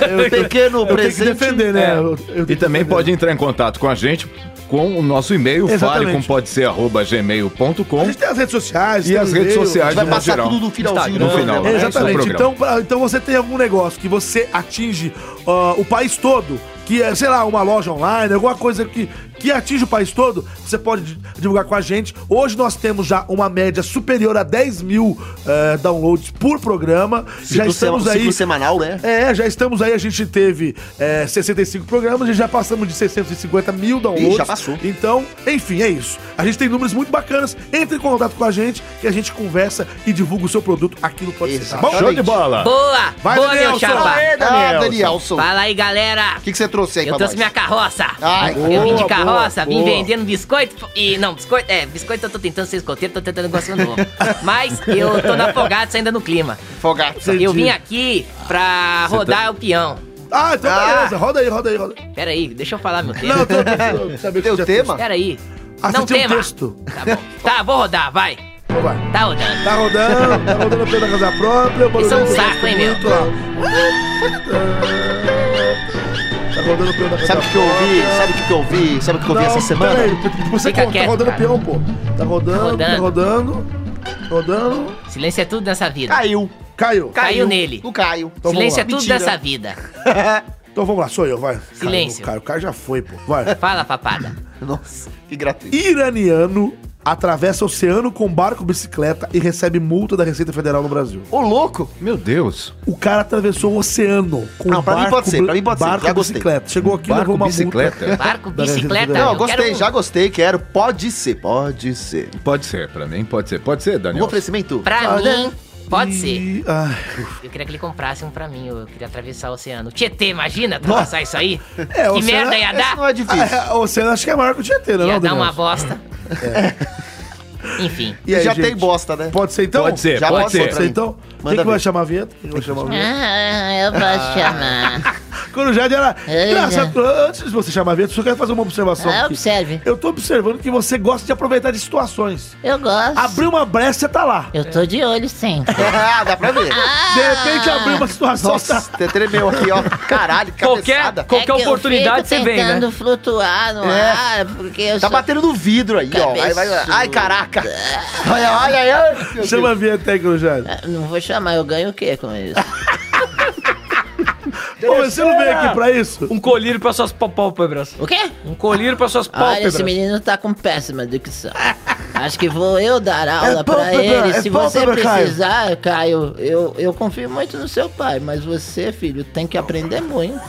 B: eu, eu
D: Pequeno
B: tenho que
D: é presente.
B: defender, né?
C: É.
B: Eu- eu tenho
A: E
B: que
A: também
B: defender.
A: pode entrar em contato com a gente com o nosso e-mail,
B: Exatamente.
A: fale com pode ser arroba gmail.com
B: A gente tem as redes sociais.
A: e
B: tem
A: as
B: o
A: redes
B: e-mail.
A: sociais
D: Vai
A: de modo
D: passar
A: geral.
D: tudo no finalzinho
C: Instagram,
D: do
A: no final,
D: programa.
A: né? Esse é o
B: Exatamente.
A: programa.
B: Então, pra- então você tem algum negócio que você atinge ah, o país todo, que é, sei lá, uma loja online, alguma coisa que, que atinge o país todo, você pode di- divulgar com a gente. Hoje nós temos já uma média superior a 10 mil eh, downloads por programa. já
D: Ciclo
B: estamos
D: sema-
B: aí.
D: um ciclo semanal, né?
B: É, já estamos aí, a gente teve é, 65 programas e já passamos de 650 mil downloads.
D: Ih, já passou.
B: Então, enfim, é isso. A gente tem números muito bacanas. Entre em contato com a gente que a gente conversa e divulga o seu produto aqui no Pode Ser, tá bom?
D: Exatamente.
A: Show de bola!
K: Boa!
B: Vai,
K: boa,
B: Danielson.
K: meu chapa!
D: Ah, Danielson.
K: Fala aí, galera!
D: O que, que você trouxe aí pra
K: Eu trouxe minha
D: nós?
K: carroça.
D: Ai,
K: eu vim
D: boa,
K: de carroça,
D: boa,
K: vim
D: boa.
K: vendendo biscoito. E não, biscoito, é, biscoito eu tô tentando ser escoteiro, tô tentando negócio novo. Mas eu tô na fogata ainda no clima.
D: Fogata.
K: Eu vim aqui pra
D: tá
K: rodar o peão.
B: Ah, então
D: Ah.
B: beleza. Roda aí, roda aí, roda aí.
K: Pera aí, deixa eu falar meu
B: Não, eu
K: tema.
B: tô eu tô- saber
D: Teu
B: que já
D: tema?
K: Pera aí.
B: Ah, você
K: não
B: tinha um
K: tema.
B: texto.
K: Tá bom. Tá, vou rodar, vai.
B: Então vai.
K: Tá rodando.
B: Tá rodando, tá rodando pela casa própria. o
K: Isso é um
B: barulho eu
K: saco,
B: gosto
K: hein, meu?
B: muito, ó. Tá rodando pela casa
D: Sabe o que eu ouvi? Sabe o que eu ouvi? Sabe o que eu ouvi
B: Não,
D: essa semana?
B: Peraí, você
K: Fica
B: conta,
K: quieto,
B: tá rodando
K: cara.
B: peão, pô. Tá rodando, tá
K: Tá
B: rodando, tá rodando.
K: Silêncio é tudo nessa vida.
D: Caiu.
B: Caiu.
K: Caiu nele.
D: Não caiu.
B: Então
K: Silêncio é
B: vamos
K: tudo
D: Mentira.
K: nessa vida.
B: Então vamos lá, sou eu, vai.
K: Silêncio.
B: Caiu, o cara já foi, pô. Vai.
K: Fala, papada.
D: Nossa, que gratuito.
B: Iraniano atravessa o oceano com barco bicicleta e recebe multa da Receita Federal no Brasil.
D: Ô, louco.
A: Meu Deus!
B: O cara atravessou o oceano com
D: Não, pra mim
B: barco,
D: pode ser, pra mim pode ser,
B: barco
D: já gostei.
B: bicicleta. Chegou aqui,
A: Barco
B: levou uma
A: bicicleta?
B: multa.
K: Barco,
B: Da Receita
K: bicicleta.
B: Federal.
D: Não,
K: Tá, eu
D: gostei,
K: quero- um.
D: já gostei, quero. Pode ser, pode ser.
A: Pode ser, pra mim pode ser. Pode ser,
D: Um
A: Daniel.
D: oferecimento?
K: Pra
D: Olha.
K: mim, pode ser.
B: E- ai,
K: Eu queria que ele comprasse um pra mim, eu queria atravessar o oceano. Tietê, imagina atravessar isso aí?
B: É,
K: que
B: oceano
K: merda ia
B: é-
D: Esse
K: dar?
D: não é difícil.
B: Ah, é, o oceano acho que é maior que o Tietê, né?
K: Ia
B: não,
K: dar
B: Daniel? É.
K: uma bosta. Enfim.
B: E aí,
D: já
B: gente?
D: tem bosta, né?
B: Pode ser então?
A: Pode ser,
D: já
A: pode
D: pode
A: ser.
B: Pode ser então? Quem
D: Manda
B: que vai
D: ver.
B: chamar a vinheta? Quem que vai chamar a vinheta?
G: Ah, eu posso chamar. Ah,
B: Corujade era.
G: É,
B: Engraçado, antes de você chamar a vinheta, eu só quero fazer uma observação.
G: Ah,
B: aqui.
G: observe.
B: Eu tô observando que você gosta de aproveitar de situações.
G: Eu gosto.
B: Abriu uma brecha, você tá lá.
G: Eu tô de olho Ah, é sempre.
D: Ah, dá pra ver.
B: De repente abriu uma situação.
D: Nossa,
B: tá-
D: até tremeu aqui, ó. Caralho, que
C: Qualquer,
D: cabeçada.
C: qualquer
G: É que
C: oportunidade
G: eu
C: você
G: fico
C: vem, né?
G: tentando flutuar no
D: É.
G: ar, porque eu
D: Tá
G: sou...
D: batendo no vidro aí, ó. Vai, vai, vai. Ai, caraca. Olha, olha, olha. meu Deus.
B: Chama a vinheta aí, Corujade.
G: Ah, Não vou chamar, eu ganho o quê com isso?
B: Pô, mas você não veio aqui pra isso?
C: Um colírio pra suas pá- pálpebras.
G: O quê?
C: Um colírio pra suas
K: Ah,
G: Olha,
C: pálpebras.
G: esse menino tá com péssima dicção. Acho que vou eu dar aula
M: É
G: pra
M: pálpebra,
G: ele.
M: é
G: Se você
M: pálpebra, Caio.
G: precisar, Caio, eu, eu confio muito no seu pai, mas você, filho, tem que aprender muito.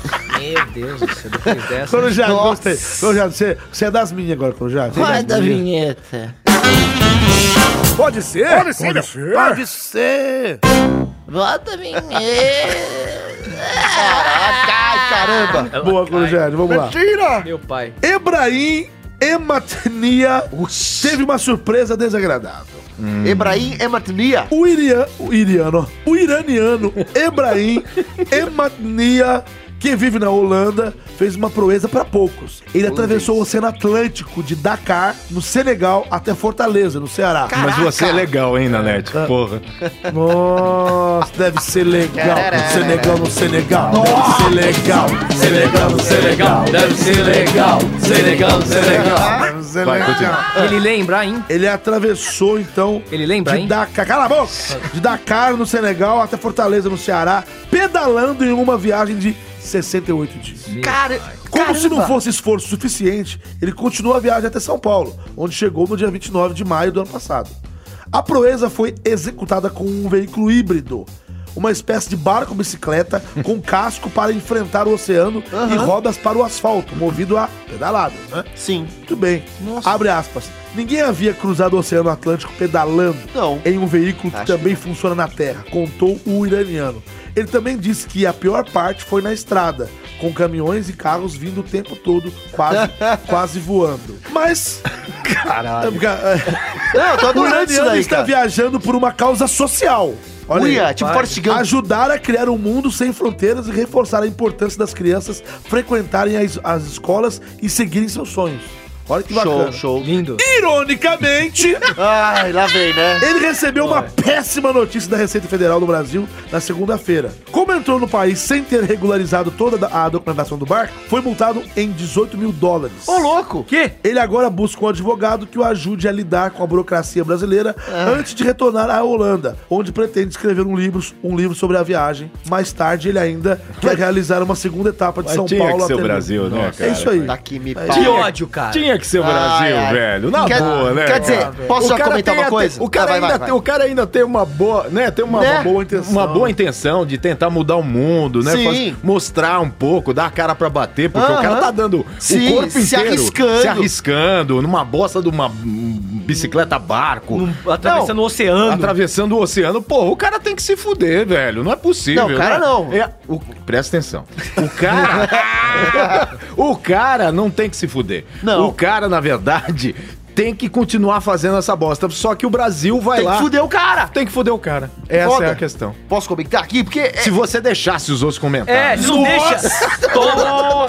C: Meu Deus do céu, depois
B: é
C: dessa.
B: Corujado, gostei. Corujado, você, você é das minhas agora, Corujado.
G: Roda a vinheta.
B: é Pode ser? tá Pode ser. Pode ser. Pode ser.
G: Roda a vinheta.
D: Ai, Ah, caramba!
B: Boa, Corujado, vamos lá.
M: Tira!
C: Meu pai.
B: Ebrahim Ematnia teve uma surpresa desagradável.
D: Ebrahim Ematnia.
B: O, iria, o iriano, ó. o iraniano Ebrahim Ematnia, que vive na Holanda, fez uma proeza para poucos. Ele atravessou o Oceano Atlântico de Dakar, no Senegal, até Fortaleza, no Ceará.
A: Mas você é legal, hein, Nanete? Porra.
B: Nossa, deve ser legal. No Senegal, no Senegal. Deve ser legal. Senegal, no Senegal. Deve ser legal. Senegal, no Senegal. Deve ser
A: Vai,
B: legal.
A: continua.
C: Ele lembra, hein?
B: Ele atravessou, então.
C: Ele lembra,
B: de
C: hein?
B: Dakar. Cala a boca! De Dakar, no Senegal, até Fortaleza, no Ceará, pedalando em uma viagem de 68 dias.
D: Cara,
B: Como se não fosse esforço suficiente, ele continuou a viagem até São Paulo, onde chegou no dia 29 de maio do ano passado. A proeza foi executada com um veículo híbrido, uma espécie de barco-bicicleta com casco para enfrentar o oceano e rodas para o asfalto, movido a pedalada, né?
D: Sim.
B: Muito bem.
D: Nossa.
B: Abre aspas. Ninguém havia cruzado o Oceano Atlântico pedalando
D: Não.
B: em um veículo que
D: Acho
B: também funciona na Terra, contou o iraniano. Ele também disse que a pior parte foi na estrada, com caminhões e carros vindo o tempo todo, quase, quase voando. Mas. Caralho.
D: Não, eu tô
B: O
D: adorando isso
B: iraniano
D: daí,
B: está
D: cara.
B: viajando por uma causa social. Olha aí.
D: Uia, tipo Forrest Gump.
B: Ajudar a criar um mundo sem fronteiras e reforçar a importância das crianças frequentarem as, as escolas e seguirem seus sonhos. Olha que bacana.
D: Show, show.
C: Lindo.
B: Ironicamente,
D: Ai, lá vem, né?
B: ele recebeu uma péssima notícia da Receita Federal do Brasil na segunda-feira. Como entrou no país sem ter regularizado toda a documentação do barco, foi multado em 18 mil dólares.
D: Ô, louco!
C: Que?
B: Ele agora busca um advogado que o ajude a lidar com a burocracia brasileira
D: Ah.
B: antes de retornar à Holanda, onde pretende escrever um livro, um livro sobre a viagem. Mais tarde, ele ainda quer realizar uma segunda etapa de
A: Mas
B: São
A: tinha
B: Paulo.
A: que ser o
B: até-
A: Brasil, né,
B: É
A: cara?
B: isso aí.
D: Tá aqui, me
C: Que
D: pau.
C: ódio, cara.
A: Tinha que ser o Brasil,
D: Ai, ai.
A: velho. Na
D: Quer-
A: boa, né?
D: quer dizer, posso só
A: cara
D: comentar
A: tem
D: uma
A: até-
D: coisa?
A: O cara,
D: Ah, vai,
A: ainda
D: vai, vai.
A: Tem, o cara ainda tem uma boa, né? Tem uma,
D: Né?
A: uma boa intenção. Uma boa intenção de tentar mudar o mundo, né?
D: Sim.
A: Faz- mostrar um pouco, dar a cara pra bater, porque o cara
D: Aham.
A: tá dando
D: Sim,
A: o corpo
D: se
A: inteiro.
D: arriscando.
A: Se arriscando, numa bosta de uma hum, bicicleta barco.
C: Num- Atravessando o oceano.
A: Atravessando o oceano, porra, o cara tem que se fuder, velho. Não é possível.
D: Não, o cara
A: né?
D: não.
A: É, o- presta atenção. O cara. o cara não tem que se fuder.
D: Não.
A: O cara, na verdade, tem que continuar fazendo essa bosta. Só que o Brasil vai
D: Tem
A: lá.
D: que fuder o cara!
A: Tem que fuder o cara. Essa
D: Foda.
A: é a questão.
D: Posso comentar aqui? Porque é-
A: Se você deixasse os outros
C: É,
D: Tá.
A: comentários.
C: não deixa. Toma.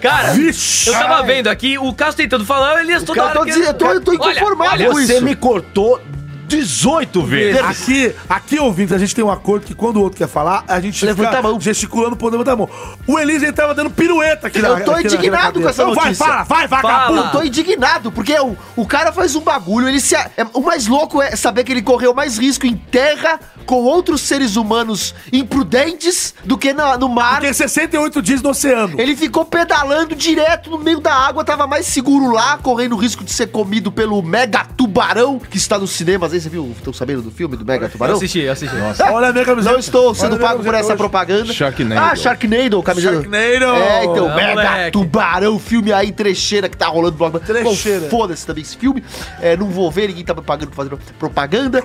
C: Cara, eu tava vendo aqui, o Cássio tentando falar, ele toda
D: cara,
C: hora
D: eu tô
C: querendo-
D: dizendo, eu tô- eu tô
C: Olha,
D: inconformado
C: olha,
D: com
A: você
D: isso.
A: me cortou 18 vezes.
B: Ah, Aqui, aqui, ouvintes, a gente tem um acordo que quando o outro quer falar, a gente
D: Levanta a mão.
B: gesticulando por levanta a mão. O Elise ele tava dando pirueta aqui
D: Eu tô
B: cadeira.
D: indignado com essa
B: Então
D: notícia.
B: Vai, fala, vai, vagabundo.
D: Eu tô indignado, porque o, o cara faz um bagulho, ele se. a- é- o mais louco é saber que ele correu mais risco em terra com outros seres humanos imprudentes do que na- no mar.
B: Tem 68 dias no oceano.
D: Ele ficou pedalando direto no meio da água, tava mais seguro lá, correndo o risco de ser comido pelo mega tubarão que está nos cinemas. Aí você viu, estão sabendo do filme do mega
C: Eu
D: tubarão?
C: assisti, eu assisti.
B: Olha a minha camiseta.
D: Não estou
B: Olha
D: sendo
B: a
D: pago
B: minha
D: por essa
B: camiseta
D: propaganda.
A: Sharknado.
D: Ah, Sharknado, camiseta.
B: Sharknado.
D: É, então,
C: É,
D: Mega
C: moleque.
D: Tubarão, filme aí, trecheira que tá rolando. Blog...
B: Trecheira.
D: Foda-se também esse filme. É, não vou ver, ninguém tá me pagando pra fazer propaganda.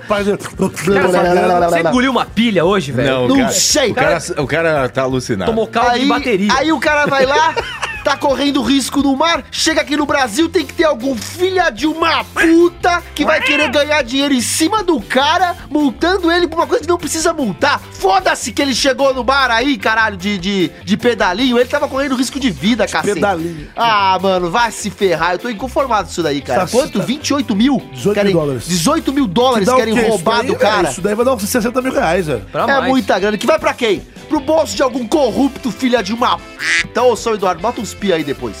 B: hoje.
C: Cara, você engoliu uma pilha hoje, velho?
A: Não,
D: Não
A: cara,
D: sei,
A: O cara, o cara tá alucinado.
C: Tomou caldo de bateria.
D: aí o cara vai lá, tá correndo risco no mar, chega aqui no Brasil, tem que ter algum filha de uma puta que vai querer ganhar dinheiro em cima do cara, multando ele por uma coisa que não precisa multar. Foda-se que ele chegou no mar aí, caralho, de, de, de pedalinho. Ele tava correndo risco de vida, cacete.
B: pedalinho.
D: Ah, mano, vai se ferrar. Eu tô inconformado com isso daí, cara.
B: Tá,
D: Quanto?
B: tá.
D: 28 mil?
B: 18 mil
D: querem,
B: dólares.
D: 18 mil dólares querem roubar do cara.
B: Isso daí é vai dar uns 60 mil reais, velho.
C: Pra
D: É
C: mais.
D: muita grana. Que vai pra quem? Pro bolso de algum corrupto, filha de uma. Então, ô São Eduardo, bota uns pi aí depois.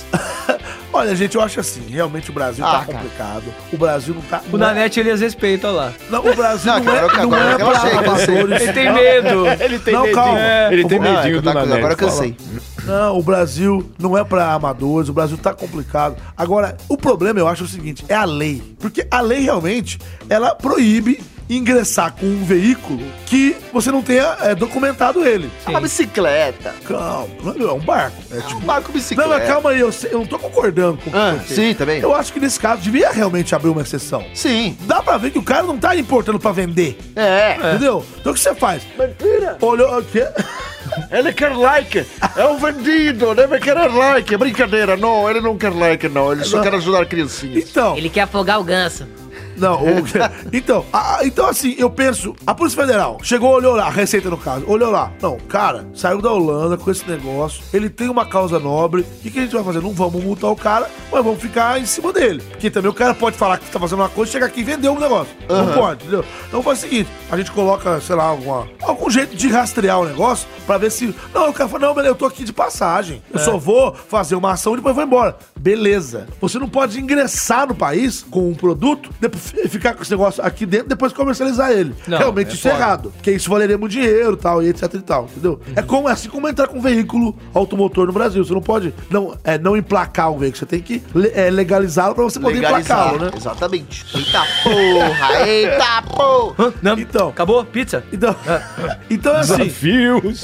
B: Olha, gente, eu acho assim, realmente o Brasil
D: Ah,
B: tá
D: cara.
B: complicado. O Brasil não tá.
C: O Nanete, eles respeitam lá.
B: Não, o Brasil não,
D: Não, cara,
B: é,
D: eu-
B: não é
D: agora eu
B: pra
D: achei, eu achei.
B: amadores.
C: Ele tem medo.
A: Ele tem
B: Não,
A: medinho.
B: calma.
A: Ele tem
D: Não, é,
A: medinho do
D: tá-
A: Nanete.
D: Agora eu cansei.
B: Não, o Brasil não é pra amadores, o Brasil tá complicado. Agora, o problema, eu acho, é o seguinte, é a lei. Porque a lei, realmente, ela proíbe ingressar com um veículo que você não tenha é, documentado ele.
D: É uma bicicleta.
B: Calma, não é um barco. É tipo...
D: Um barco
B: Não,
D: bicicleta.
B: mas calma aí, eu, sei- eu não tô concordando com o que
D: Ah,
B: foi feito.
D: sim, também.
B: Eu acho que nesse caso devia realmente abrir uma exceção.
D: Sim.
B: Dá pra ver que o cara não tá importando pra vender.
D: É.
B: Entendeu? Então o que você faz? Mentira! Olhou. O quê?
D: Ele quer like. É um vendido.
N: né?
D: Deve querer like.
N: É
D: Brincadeira. Não, ele não quer like, não. Ele só quer ajudar criancinhas.
B: Então.
F: Ele quer afogar o ganso.
B: Não, o- então, a- a- então assim, eu penso, a Polícia Federal chegou, olhou lá, a Receita no caso, olhou lá. Não, cara, saiu da Holanda com esse negócio, ele tem uma causa nobre, o que, que a gente vai fazer? Não vamos multar o cara, mas vamos ficar em cima dele. Porque também o cara pode falar que tá fazendo uma coisa, chegar aqui e vender um negócio. Não pode, entendeu? Então faz o seguinte, a gente coloca, sei lá, alguma, algum jeito de rastrear o negócio pra ver se... Não, o cara fala, não, beleza, eu tô aqui de passagem, eu
C: É.
B: só vou fazer uma ação e depois vou embora. Beleza. Você não pode ingressar no país com um produto, depois fi- ficar com esse negócio aqui dentro, depois comercializar ele.
C: Não,
B: Realmente
C: é
B: isso é
C: foda.
B: errado, porque isso valeria muito dinheiro tal, e etc e tal, entendeu?
C: Uhum.
B: É como, é assim como entrar com um veículo automotor no Brasil. Você não pode não, é, não emplacar um veículo, você tem que le- é, legalizá-lo pra você poder emplacá-lo, né?
D: Exatamente. Eita porra. Eita porra.
C: Hã? Não.
B: Então,
C: Acabou? Pizza?
B: então, então é assim.
A: Desafios.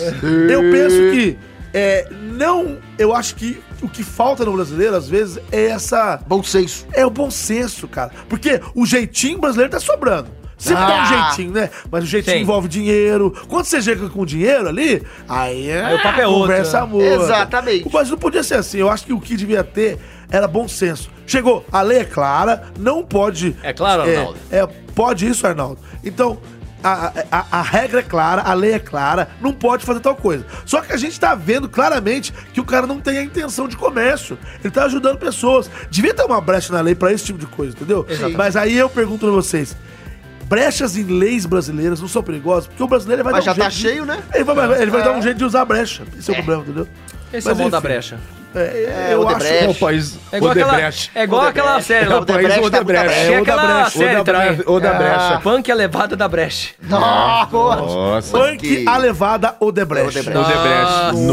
B: Eu penso que é, não. Eu acho que o que falta no brasileiro, às vezes, é essa.
D: Bom senso.
B: É o bom senso, cara. Porque o jeitinho brasileiro tá sobrando. Sempre dá um
D: Ah.
B: jeitinho, né? Mas o jeitinho
C: Sim.
B: envolve dinheiro. Quando você chega com dinheiro ali, aí,
C: Aí o papo é outro,
B: conversa
C: né?
B: muda.
D: Exatamente.
B: O Brasil não podia ser assim. Eu acho que o que devia ter era bom senso. Chegou, a lei é clara, não pode...
C: É claro, Arnaldo?
B: É, pode isso, Arnaldo. Então, a, a, a regra é clara, a lei é clara, não pode fazer tal coisa. Só que a gente tá vendo claramente que o cara não tem a intenção de comércio. Ele tá ajudando pessoas. Devia ter uma brecha na lei pra esse tipo de coisa, entendeu? Mas aí eu pergunto pra vocês. Brechas em leis brasileiras não são perigosas, porque o brasileiro vai
D: Mas
B: dar um
D: já tá
B: jeito de-
D: cheio, né?
B: Ele vai, ele vai dar um jeito de usar a brecha. Esse é, o problema, entendeu?
C: Esse
B: Mas
C: é o bom da
B: enfim.
C: brecha.
B: É,
D: É,
B: eu
D: o
B: acho...
D: Odebrecht.
A: É o país
C: É igual aquela,
A: Odebrecht.
C: é igual aquela série lá.
D: O Odebrecht
A: País
D: tá com
A: Odebrecht.
D: Odebrecht.
C: Tinha aquela
A: Odebrecht,
C: série também.
A: Odebrecht, Odebrecht.
C: Ah, Punk é levada da brecha.
D: Ah, porra.
A: Nossa.
B: Punk, a levada Odebrecht.
D: Odebrecht.
A: Odebrecht.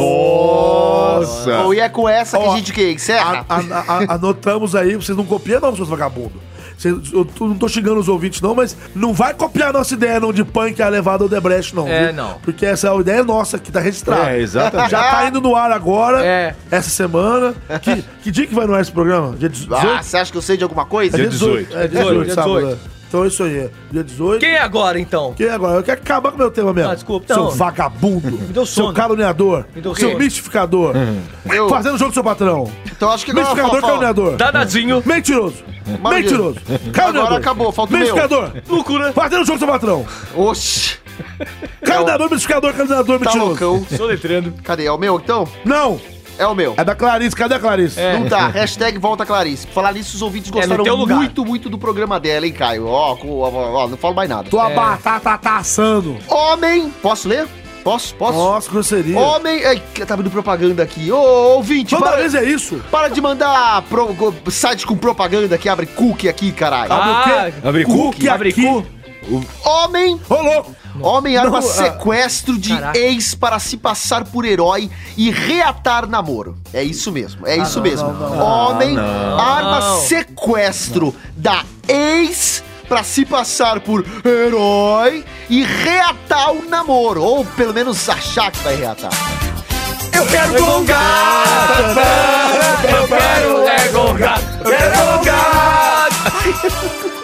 A: Nossa.
D: Bom, e é com essa que
B: Ó,
D: a gente que encerra?
B: A- a- a- anotamos aí, vocês não copiam não, seus vagabundos. Vocês- eu tô- não tô xingando os ouvintes não, mas não vai copiar a nossa ideia não de punk a levada Odebrecht não.
C: É, não.
B: Porque essa é a ideia nossa que tá registrada.
A: É, exatamente.
B: Já tá indo no ar agora,
C: É.
B: essa semana. Que, que dia que vai no ar esse programa? Dia 18?
D: Ah, você acha que eu sei de alguma coisa?
A: Dia
B: É
A: 18.
B: É 18,
C: 18,
B: sábado.
C: 18.
B: Então é isso aí, é. dia 18.
C: Quem é agora, então?
B: Quem agora? Eu quero acabar com o meu tema mesmo.
C: Ah, desculpa,
B: Seu
C: não.
B: vagabundo. Me
C: deu sono.
B: Seu caluniador.
C: Me deu
B: seu
C: sono.
B: mistificador.
D: Eu-
B: Fazendo jogo do seu patrão.
D: Então acho que agora
B: Mistificador,
D: fofo-
B: caluniador.
C: Danadinho.
B: Mentiroso.
D: Maravilha.
B: Mentiroso. Caluniador.
D: Agora acabou, falta o meu.
B: Mentificador.
C: Loucura.
B: Fazendo jogo do seu patrão.
D: Oxi,
B: Caluniador, mentificador, caluniador,
D: É. tá
B: mentiroso.
D: loucão.
C: Soletrando.
D: Cadê? É o meu então?
B: Não.
D: É o meu.
B: É da Clarice. Cadê a Clarice?
C: É.
D: Não tá. Hashtag volta Clarice. Pra Falar nisso, os ouvintes gostaram
C: no teu lugar.
D: muito, muito do programa dela, hein, Caio? Ó, com- ó, ó, não falo mais nada.
B: Tua
C: É.
B: batata tá assando.
D: Homem! Posso ler? Posso? Posso?
B: Nossa, grosseria.
D: Homem. Ai, que- tá vindo propaganda aqui. Ô, ouvinte,
B: Toda
D: para,
B: vez é isso.
D: para de mandar pro- go- site com propaganda que abre cookie aqui, caralho.
C: Ah,
A: Abre
B: Cu que
C: abre
B: aqui.
C: cu.
D: Homem
B: Ô, louco.
D: Homem arma
B: Não, ah.
D: sequestro de
C: Caraca.
D: ex para se passar por herói e reatar namoro. É isso mesmo,
B: Ah,
D: é isso mesmo. Homem arma sequestro da ex para se passar por herói e reatar o namoro. Ou pelo menos achar que vai reatar.
E: Eu quero gongar, eu quero é gongar, eu quero gongar.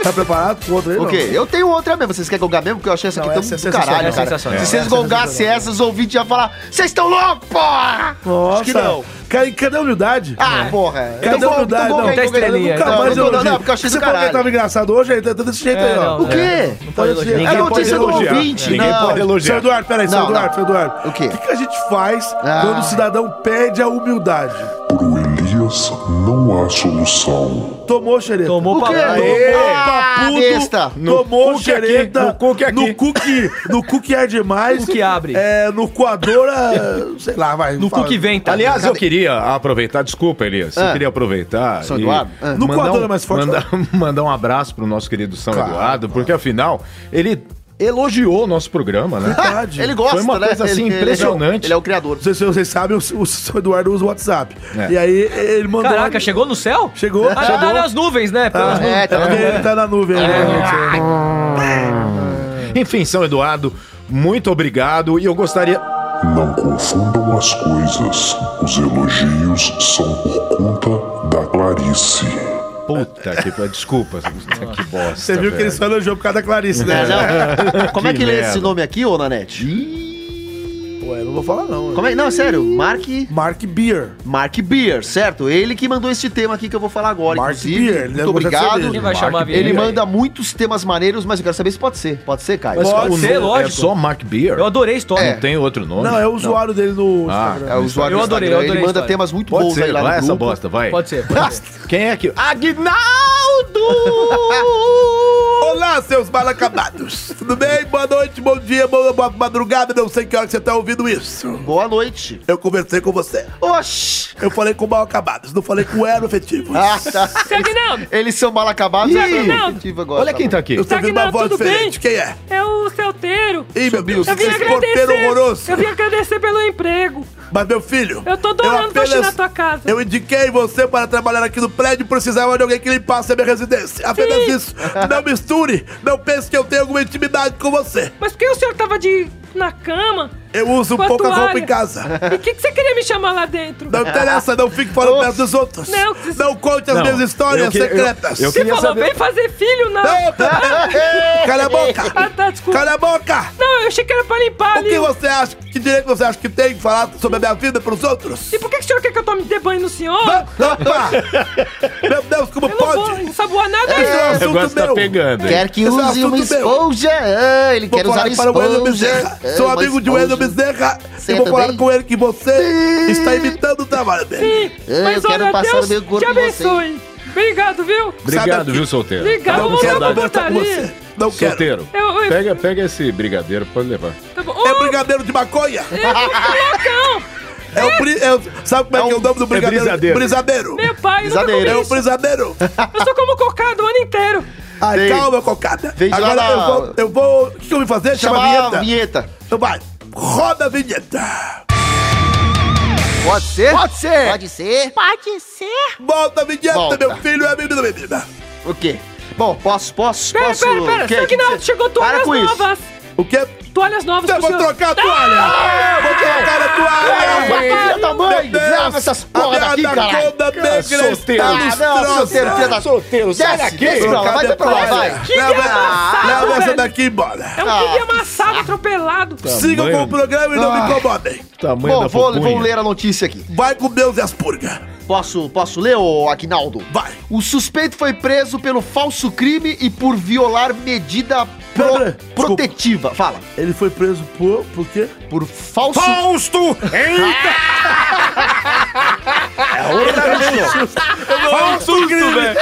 B: Tá preparado pro outro aí? não?
D: Ok, eu tenho outra mesmo. Vocês querem gongar mesmo? Porque eu achei essa aqui
B: Não,
D: tão
B: essa é
D: do
B: sensacional,
D: caralho,
C: é
D: cara.
C: sensacional.
D: Se vocês
B: Essa é
D: gongassem essas, os ouvintes iam falar: Vocês estão loucos, porra!
B: Nossa.
D: Acho que não.
B: Cara, e cadê a humildade?
D: Ah, porra.
B: Cadê a
D: então
B: humildade? Não,
C: tem estrelinha.
B: é nunca
D: é Não,
B: mais
D: não,
B: eu
D: não, não, porque eu achei
B: Você
D: do
B: falou que
D: caralho.
B: tava engraçado hoje, aí tá tá desse jeito
C: É,
B: aí, ó.
C: não.
D: O quê?
C: Não pode
B: É
C: elogiar.
D: É
B: Ninguém
D: notícia do
B: pode elogiar.
D: ouvinte,
A: Ninguém
D: não.
A: pode elogiar.
B: Seu Eduardo, peraí, seu
D: Não,
B: Eduardo, seu Eduardo.
D: O quê?
B: que, que a gente faz
D: Ah.
B: quando o cidadão perde a humildade?
M: Pro Elias não há solução.
B: Tomou xereta.
C: Tomou
D: O quê?
C: pra
B: Tomou
D: Ah,
B: papudo,
D: besta.
B: tomou
A: cu que aqui,
B: xereta.
A: no cu que aqui.
B: No cu que, no cu que é demais.
C: No cu que abre.
B: É, no coadora, sei lá, vai.
C: No cu
B: fala.
C: que vem, tá?
A: Aliás, eu queria aproveitar, desculpa, Elias, eu queria aproveitar.
D: São
A: e
D: Eduardo? Ah.
B: No
A: mandar
B: quadro
A: um,
B: é mais forte,
A: Mandar, mandar um abraço pro nosso querido São Eduardo, porque afinal, ele elogiou o nosso programa, né?
D: Verdade. ele gosta,
A: Foi uma
D: né?
A: coisa assim
D: Ele- ele-
A: impressionante.
D: Ele é o criador.
B: Não sei se vocês sabem, o, o seu Eduardo usa o WhatsApp.
A: É.
B: E aí ele mandou.
C: Caraca, chegou no céu?
B: Chegou.
C: Ah, tá
B: chegou.
C: nas nuvens, né? Pelas
B: Ah,
C: nuvens.
B: é, tá na nuvem. Ele tá na nuvem. né?
A: Enfim, São Eduardo, muito obrigado e eu gostaria.
M: Não confundam as coisas. Os elogios são por conta da Clarice.
A: Puta que pariu, desculpa, puta que bosta.
B: Você viu que ele
A: velho.
B: só elogiou por causa da Clarice, né?
D: Não, Como é
A: Que
D: que lê
A: merda.
D: esse nome aqui, ô Nanete?
B: Ué, não vou falar não.
D: Como é? Não, é sério. Mark,
B: Mark Beer.
D: Mark Beer, certo? Ele que mandou esse tema aqui que eu vou falar agora.
B: Mark
D: inclusive.
B: Beer, ele deve
D: Muito
B: gostar de ser
D: obrigado.
B: dele.
C: Quem vai chamar a
D: Ele
C: vinheta?
D: manda muitos temas maneiros, mas eu quero saber se pode ser. Pode ser, Caio?
A: Mas
C: Pode
A: o
C: ser,
A: nome
C: lógico.
A: É só Mark Beer.
C: Eu adorei a história.
A: Não tem outro nome.
B: Não, é o usuário dele no
A: Ah,
B: Instagram.
D: É o usuário
C: Eu adorei, eu
D: do Instagram,
C: adorei
D: Ele
C: a
D: manda
C: história.
D: temas muito
A: Pode
D: bons aí
A: ser,
D: lá no
A: vai essa
D: grupo.
A: bosta, vai.
C: Pode ser, pode ser.
A: Quem é que.
D: Agnaldo!
B: Olá, seus mal acabados. Tudo bem? Boa noite, bom dia, boa, boa madrugada. Não sei que hora que você tá ouvindo isso.
D: Boa noite.
B: Eu conversei com você.
D: Oxi!
B: Eu falei com mal acabados, não falei com ero efetivo.
D: Ah, tá.
K: Agnaldo,
D: Eles são mal acabados.
A: Ih,
D: mas eu
K: Agnaldo.
D: efetivo agora,
A: Olha quem
D: bom.
A: tá aqui.
B: Eu tô ouvindo uma
K: Sagnar,
B: voz
K: tudo
B: diferente. Quem é?
K: é o solteiro.
B: Ih, meu Deus, Tá
K: Eu
B: que
K: vim
B: porteiro horroroso.
K: agradecer. Eu vim agradecer pelo emprego.
B: Mas, meu filho,
K: Eu tô adorando faxina na tua casa.
B: Eu indiquei você para trabalhar aqui no prédio e precisava de alguém que limpasse a minha residência. Apenas
K: Sim.
B: isso. Não misture. Não pense que eu tenho alguma intimidade com você.
K: Mas por que o senhor tava de. na cama?
B: Eu uso
K: Com a
B: pouca
K: toalha.
B: roupa em casa.
K: E o que, que você queria me chamar lá dentro?
B: Não interessa, não fique falando perto dos outros.
K: Não,
B: Não,
K: que-
B: conte as
A: Não,
B: minhas histórias
A: eu que- eu-
B: secretas.
A: eu
K: Você
A: queria
K: falou
A: saber-
K: bem fazer filho, não.
B: Não, não, Cala a
K: Ah,
B: boca!
K: tá, desculpa.
B: Cala a boca!
K: Não, eu achei que era pra limpar
B: O
K: ali.
B: que você acha? Que direito você acha que tem de falar sobre a minha vida pros outros?
K: E por que, que o senhor quer que eu tome de banho no senhor?
B: Opa! Meu Deus, como
K: eu não vou
B: pode?
K: ensaboar nada
B: Esse é um
K: aí.
A: Eu
B: assunto
A: gosto tá
B: meu.
A: pegando. hein?
D: Quer que
B: Esse é um
D: use uma
B: assunto meu.
D: esponja? Ah, ele
B: Vou
D: quer usar
B: falar
D: uma
B: para o Wendel
D: esponja.
B: Bezerra.
D: Ah,
B: Sou
D: uma
B: amigo de
D: esponja.
B: Wendel Bezerra.
D: Você
B: E vou
D: também?
B: falar com ele que você está imitando o trabalho dele.
K: Sim,
D: Eu
K: mas
D: quero
K: olha,
D: passar
K: Deus
D: o meu corpo
K: te
D: em você.
K: abençoe. Obrigado, viu?
A: Obrigado,
B: aqui.
A: viu, solteiro?
K: Obrigado,
B: Não
K: vamos
B: quero
K: lá pra
B: conversar com
K: putaria.
B: você. Não quero.
A: Solteiro.
K: Eu- eu-
A: Pega, pega esse brigadeiro, pode levar.
K: Tá bom.
B: É
K: Ô,
B: brigadeiro de maconha?
K: um loucão!
B: É o... bri- é o- Sabe como é que é
D: um-
B: o nome do brigadeiro?
A: brisadeiro.
B: Brisadeiro.
K: Meu pai, eu nunca comi
D: Brisadeiro.
B: É o
K: isso.
B: brisadeiro.
K: Eu só como cocada o ano inteiro.
B: Ai,
D: Vem.
B: calma, cocada.
D: Vem de lá
B: Agora
D: da-
B: eu vou. Eu vou. O que, que eu vim fazer? Chama a
D: Chamar
B: vinheta.
D: a vinheta.
B: Então vai. Roda a vinheta.
D: Pode ser?
B: Pode ser.
D: Pode ser.
K: Pode ser?
B: Volta a vinheta,
D: Volta.
B: meu filho e amigo da menina.
D: O quê? Bom, posso, posso,
K: Pera,
D: posso...
K: pera, pera.
D: O quê?
K: Só que não, chegou
D: Para
K: toalhas
D: com isso.
K: novas.
B: O quê?
K: Toalhas novas
B: Eu
K: pro
B: vou
K: senhor.
B: trocar a toalha. Eu vou trocar a toalha.
D: Vai, filha da mãe!
B: Ah! Meu Deus,
D: Grava essas porra
B: a
D: daqui,
B: minha
D: cara!
B: anaconda negra é
A: solteiro.
B: está
D: Ah, não, solteiro, filha da-
B: lustrosa.
A: Solteiro,
D: Desce, desce pra lá, vai, vai pra lá, vai!
K: Que
B: Leva-
K: desgraçado,
B: Leva essa
K: velho.
B: daqui embora.
K: É um kibe amassado, atropelado.
B: Sigam com o
A: Tamanho-
B: programa e não me incomodem.
A: Tamanho
D: Bom,
A: da
D: vou, vou
A: pupunha.
D: ler a notícia aqui.
B: Vai com Deus e as purgas.
D: Posso, posso ler, ô Aguinaldo?
B: Vai.
D: O suspeito foi preso pelo falso crime e por violar medida pro-
B: Pera, desculpa.
D: protetiva. Fala.
B: Ele foi preso por... por quê?
D: Por falso...
A: Fausto! Eita! um
C: Susto, velho.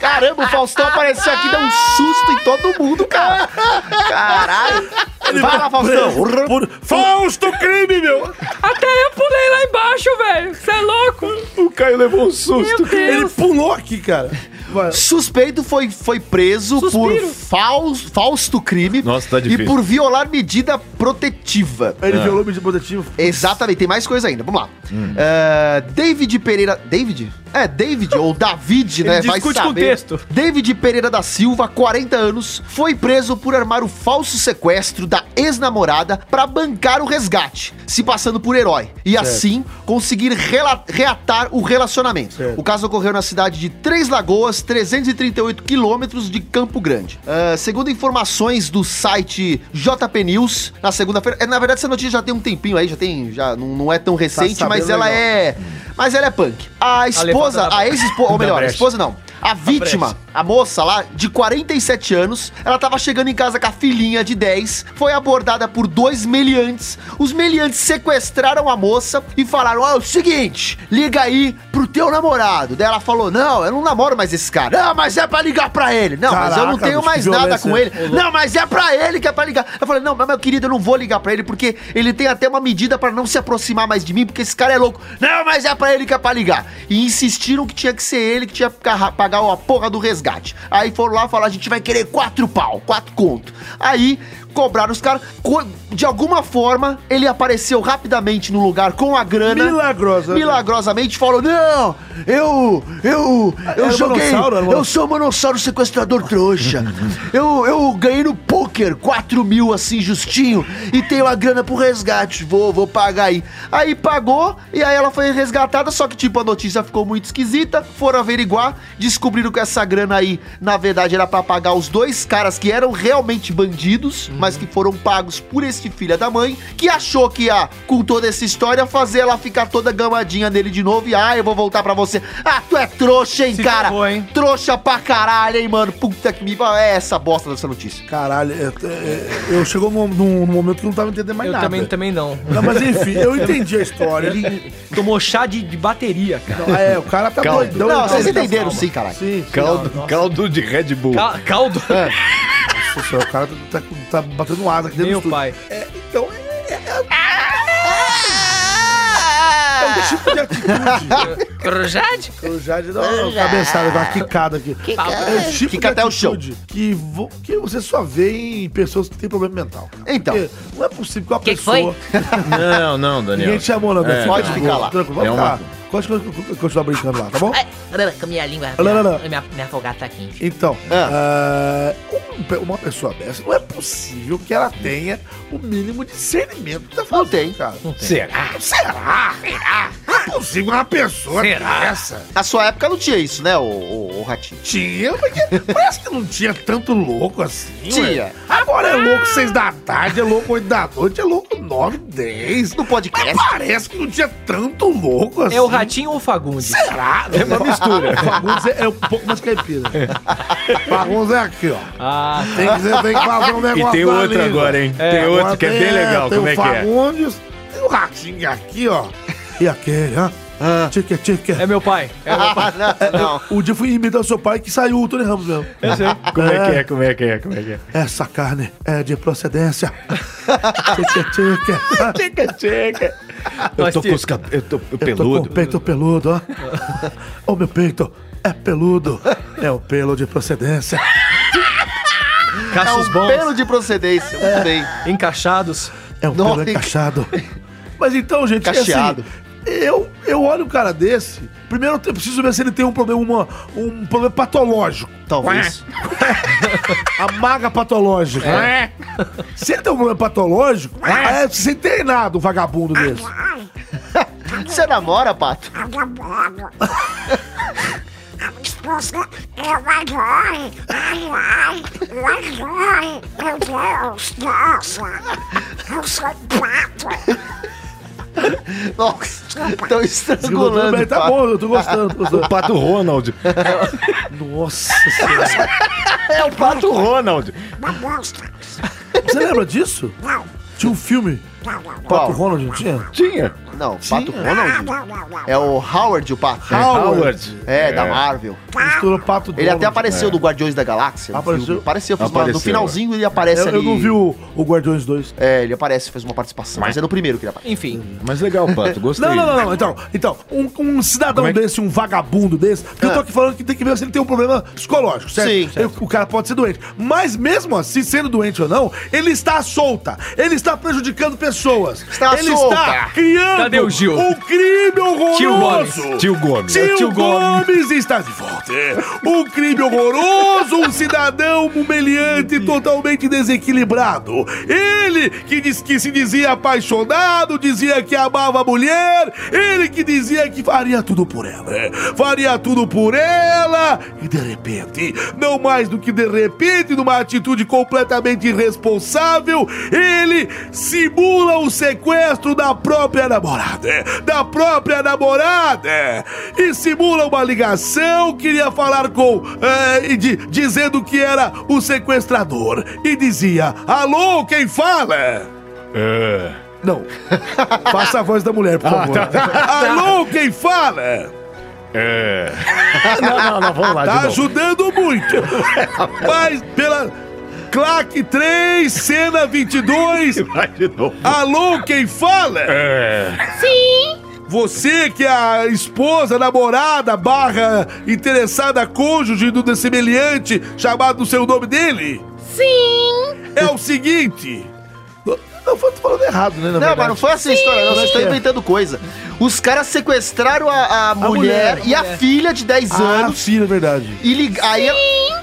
D: Caramba, o Faustão apareceu aqui, deu um susto em todo mundo, cara. Caralho. Vai lá, Faustão.
B: Por...
A: Fausto crime, meu!
K: Até eu pulei lá embaixo, velho. Você é louco?
A: O Caio levou um susto.
K: Meu
B: Ele
K: Deus.
B: pulou aqui, cara. Vai.
D: Suspeito foi, foi preso
K: Suspiro.
D: por faus, fausto crime
A: Nossa, tá
D: e
A: difícil.
D: por violar medida protetiva.
B: Ele
C: É.
B: violou o medida protetiva.
D: Exatamente, tem mais coisa ainda. Vamos lá.
C: Hum.
D: É, David Pereira. David? É, David ou David, né? Vai
C: discute
D: saber.
C: com o texto.
D: David Pereira da Silva, 40 anos, foi preso por armar o falso sequestro da ex-namorada para bancar o resgate, se passando por herói e assim conseguir rela- reatar o relacionamento. O caso ocorreu na cidade de Três Lagoas, 338 quilômetros de Campo Grande. Ah, segundo informações do site JP News, na segunda-feira, é, na verdade essa notícia já tem um tempinho aí, já tem, já não, não é tão recente,
B: Tá sabendo
D: mas ela
B: legal.
D: é, mas ela é punk. A esposa,
C: levada da
D: a ex-esposa, ou melhor, a
C: brecha.
D: esposa não. A vítima, a moça lá, de 47 anos, ela tava chegando em casa com a filhinha de 10, foi abordada por dois meliantes. Os meliantes sequestraram a moça e falaram: Ó, é o seguinte, liga aí pro teu namorado. Daí ela falou: Não, eu não namoro mais esse cara. Não, mas é pra ligar pra ele. Não, mas eu não
B: Caraca,
D: tenho
B: bicho,
D: mais
B: que
D: nada
B: violência.
D: com ele. Não, mas é pra ele que é pra ligar. Eu falei: Não, mas meu querido, eu não vou ligar pra ele porque ele tem até uma medida pra não se aproximar mais de mim, porque esse cara é louco. Não, mas é pra ele que é pra ligar. E insistiram que tinha que ser ele que tinha que pagar pagar uma porra do resgate. Aí foram lá falar, a gente vai querer quatro pau, quatro conto. Aí cobraram os caras. Co- De alguma forma, ele apareceu rapidamente no lugar com a grana.
B: Milagrosa.
D: Milagrosamente falou: Não, eu. Eu. Eu
B: Era
D: joguei.
B: monossauro, era um
D: Eu sou um monossauro sequestrador trouxa. eu, eu ganhei no poker 4 mil assim, justinho. E tenho a grana pro resgate. Vou, vou pagar aí. Aí pagou e aí ela foi resgatada. Só que, tipo, a notícia ficou muito esquisita. Foram averiguar. Descobriram que essa grana aí, na verdade, era pra pagar os dois caras que eram realmente bandidos, mas que foram pagos por esse filho da mãe, que achou que ia, com toda essa história, fazer ela ficar toda gamadinha nele de novo. E ah, eu vou voltar pra você. Ah, tu é trouxa, hein,
O: Se
D: cara?
O: ferrou, hein?
D: Trouxa pra caralho, hein, mano? Puta que me. É essa bosta dessa notícia.
B: Caralho, eu, eu- eu chegou num, num momento que eu não tava entendendo mais
C: Eu
B: nada.
C: também, também não.
B: Não, mas enfim, eu entendi a história.
C: Ele tomou chá de, de bateria, cara.
B: Ah, é, o cara tá
A: Calma.
B: doidão.
D: não, vocês
B: Calma.
D: entenderam sim, caralho.
B: Sim,
A: Caldo, caldo de Red Bull.
C: Ca- caldo.
B: É, Nossa senhora, o cara tá, tá batendo asa aqui dentro
C: Meu
B: do estúdio.
C: pai.
B: É, então, é, é um tipo de atitude.
F: Crujade?
B: Eu já de dar uma cabeçada, uma quicada aqui. É um tipo
D: Quica
B: de
D: até o chão.
B: atitude que, vo- que você só vê em pessoas que têm problema mental. cara.
D: Então.
B: Porque não é possível que uma
F: Que que
B: pessoa...
A: Não, não, Daniel.
B: Ninguém te chamou, né? não.
A: É,
D: pode ficar
B: tipo,
D: lá.
B: Tranquilo, vamos
A: É uma-
B: lá. Continua continuar brincando lá, tá bom?
F: Ai, Rana, com minha língua.
B: Não, não, não.
F: Minha, minha folgada tá quente.
B: Então,
D: Ah.
B: ah, um pe- uma pessoa dessa, não é possível que ela tenha o mínimo discernimento da
D: Não tem.
B: cara.
A: Será?
B: Será? Será? Não é possível uma pessoa dessa.
D: Na sua época não tinha isso, né, o, o, Ratinho?
B: Tinha, porque parece que não tinha tanto louco assim.
D: Tinha.
B: ué. Agora é louco seis da tarde, é louco oito da noite, é louco nove, dez.
D: No podcast.
B: Mas parece que não tinha tanto louco assim.
C: É o ratinho ou o Fagundes?
B: Será? É uma mistura. Fagundes é, é um pouco mais caipira. Fagundes é aqui, ó.
C: Ah,
B: Tem que, dizer, tem que fazer um negócio
A: E tem
B: da
A: outro
B: língua.
A: agora, hein? tem
B: Agora
A: outro que é bem legal.
B: tem
A: Como é
B: o
A: que é?
B: Fagundes, tem o ratinho aqui, ó. E aquele, ó. Tique, tique.
C: é meu pai. É meu pai.
D: não, não.
B: O dia eu fui imitar o seu pai que saiu o Tony Ramos mesmo.
A: Como é que é? Como é que é? Como é que é?
B: Essa carne é de procedência. tique, tique.
A: Chega, chega. Eu
C: Mas,
A: tô com
C: Tito,
A: os cabelos. Eu tô eu
B: Eu tô com o
A: peludo.
B: peito peludo, ó. o meu peito é peludo. É o pelo de procedência.
D: É
C: Caços
D: um
C: bons,
D: pelo de procedência, muito bem.
C: encaixados.
B: É um
D: Nossa,
B: pelo
D: hein?
B: encaixado. Mas então, gente, é
D: Cacheado.
B: assim, eu, eu olho um cara desse. Primeiro, eu preciso ver se ele tem um problema, uma- um problema patológico.
D: Talvez.
B: A maga patológica.
E: É.
B: Se ele tem um problema patológico, é sem treinado um vagabundo desse.
D: Você namora, Pato? Nossa, estão
B: Tudo bem,
D: estrangulando.
B: tá
D: Pato.
B: bom, eu tô gostando. Tô gostando.
A: Pato Ronald.
B: Nossa senhora.
D: É o Pato.
A: Pato Ronald.
B: Você lembra disso? Tinha um filme. Pato Ronald, não tinha?
A: Tinha.
D: Não, Pato Ronald. É o Howard, o Pato.
A: Howard.
D: É, da Marvel.
B: Misturou Pato
D: Ele até
B: Donald.
D: apareceu no Guardiões da Galáxia. no
B: é. Apareceu?
D: filme. Apareceu, fez uma- no
A: Apareceu,
D: finalzinho ele aparece
B: Eu,
D: ali.
B: eu não vi o, o Guardiões 2.
D: É, ele aparece, fez uma participação. Mas é no primeiro que ele aparece.
C: Enfim,
A: Mas legal, Pato. Gostei.
B: Não, não, não, não. Então, então um, um cidadão
A: Como é que-
B: desse, um vagabundo desse, que eu tô aqui falando que tem que ver se ele tem um problema psicológico, certo?
D: Sim.
B: Ele- o cara pode ser doente. Mas mesmo assim, sendo doente ou não, ele está à solta. Ele está prejudicando pessoas.
D: Está à
B: ele
D: solta.
B: está criando
C: Cadê o Gil?
B: um crime horroroso.
C: Tio Gomes.
A: Tio Gomes.
B: Tio,
C: Tio
B: Gomes. está de volta. Um crime horroroso, um cidadão humilhante, totalmente desequilibrado. Ele que diz que se dizia apaixonado, dizia que amava a mulher, ele que dizia que faria tudo por ela, É. faria tudo por ela, e de repente, não mais do que de repente, numa atitude completamente irresponsável, ele simula o sequestro da própria namorada, é, da própria namorada, é, e simula uma ligação, queria falar com, eh, e di- dizendo que era o sequestrador, e dizia, alô, quem fala?
A: É,
B: Não, faça a voz da mulher, por favor. Alô, quem fala?
A: é. Não, não, não. Vamos lá,
B: Tá
A: de novo.
B: ajudando muito. Mas pela Claque 3, cena 22.
A: Vai de novo.
B: Alô, quem fala?
A: É.
K: Sim!
B: Você que é a esposa, namorada, barra, interessada, cônjuge do dessemelhante, chamado no seu nome dele?
K: Sim!
B: É o seguinte. Não, foi tô falando errado, né? Na
D: não,
B: verdade.
D: mas não foi essa a história, não. Vocês estão inventando coisa. Os caras sequestraram a, a, mulher,
B: mulher, a
D: e a
B: mulher.
D: filha de 10
B: Ah,
D: anos.
B: sim, é verdade.
D: E lig... aí ela-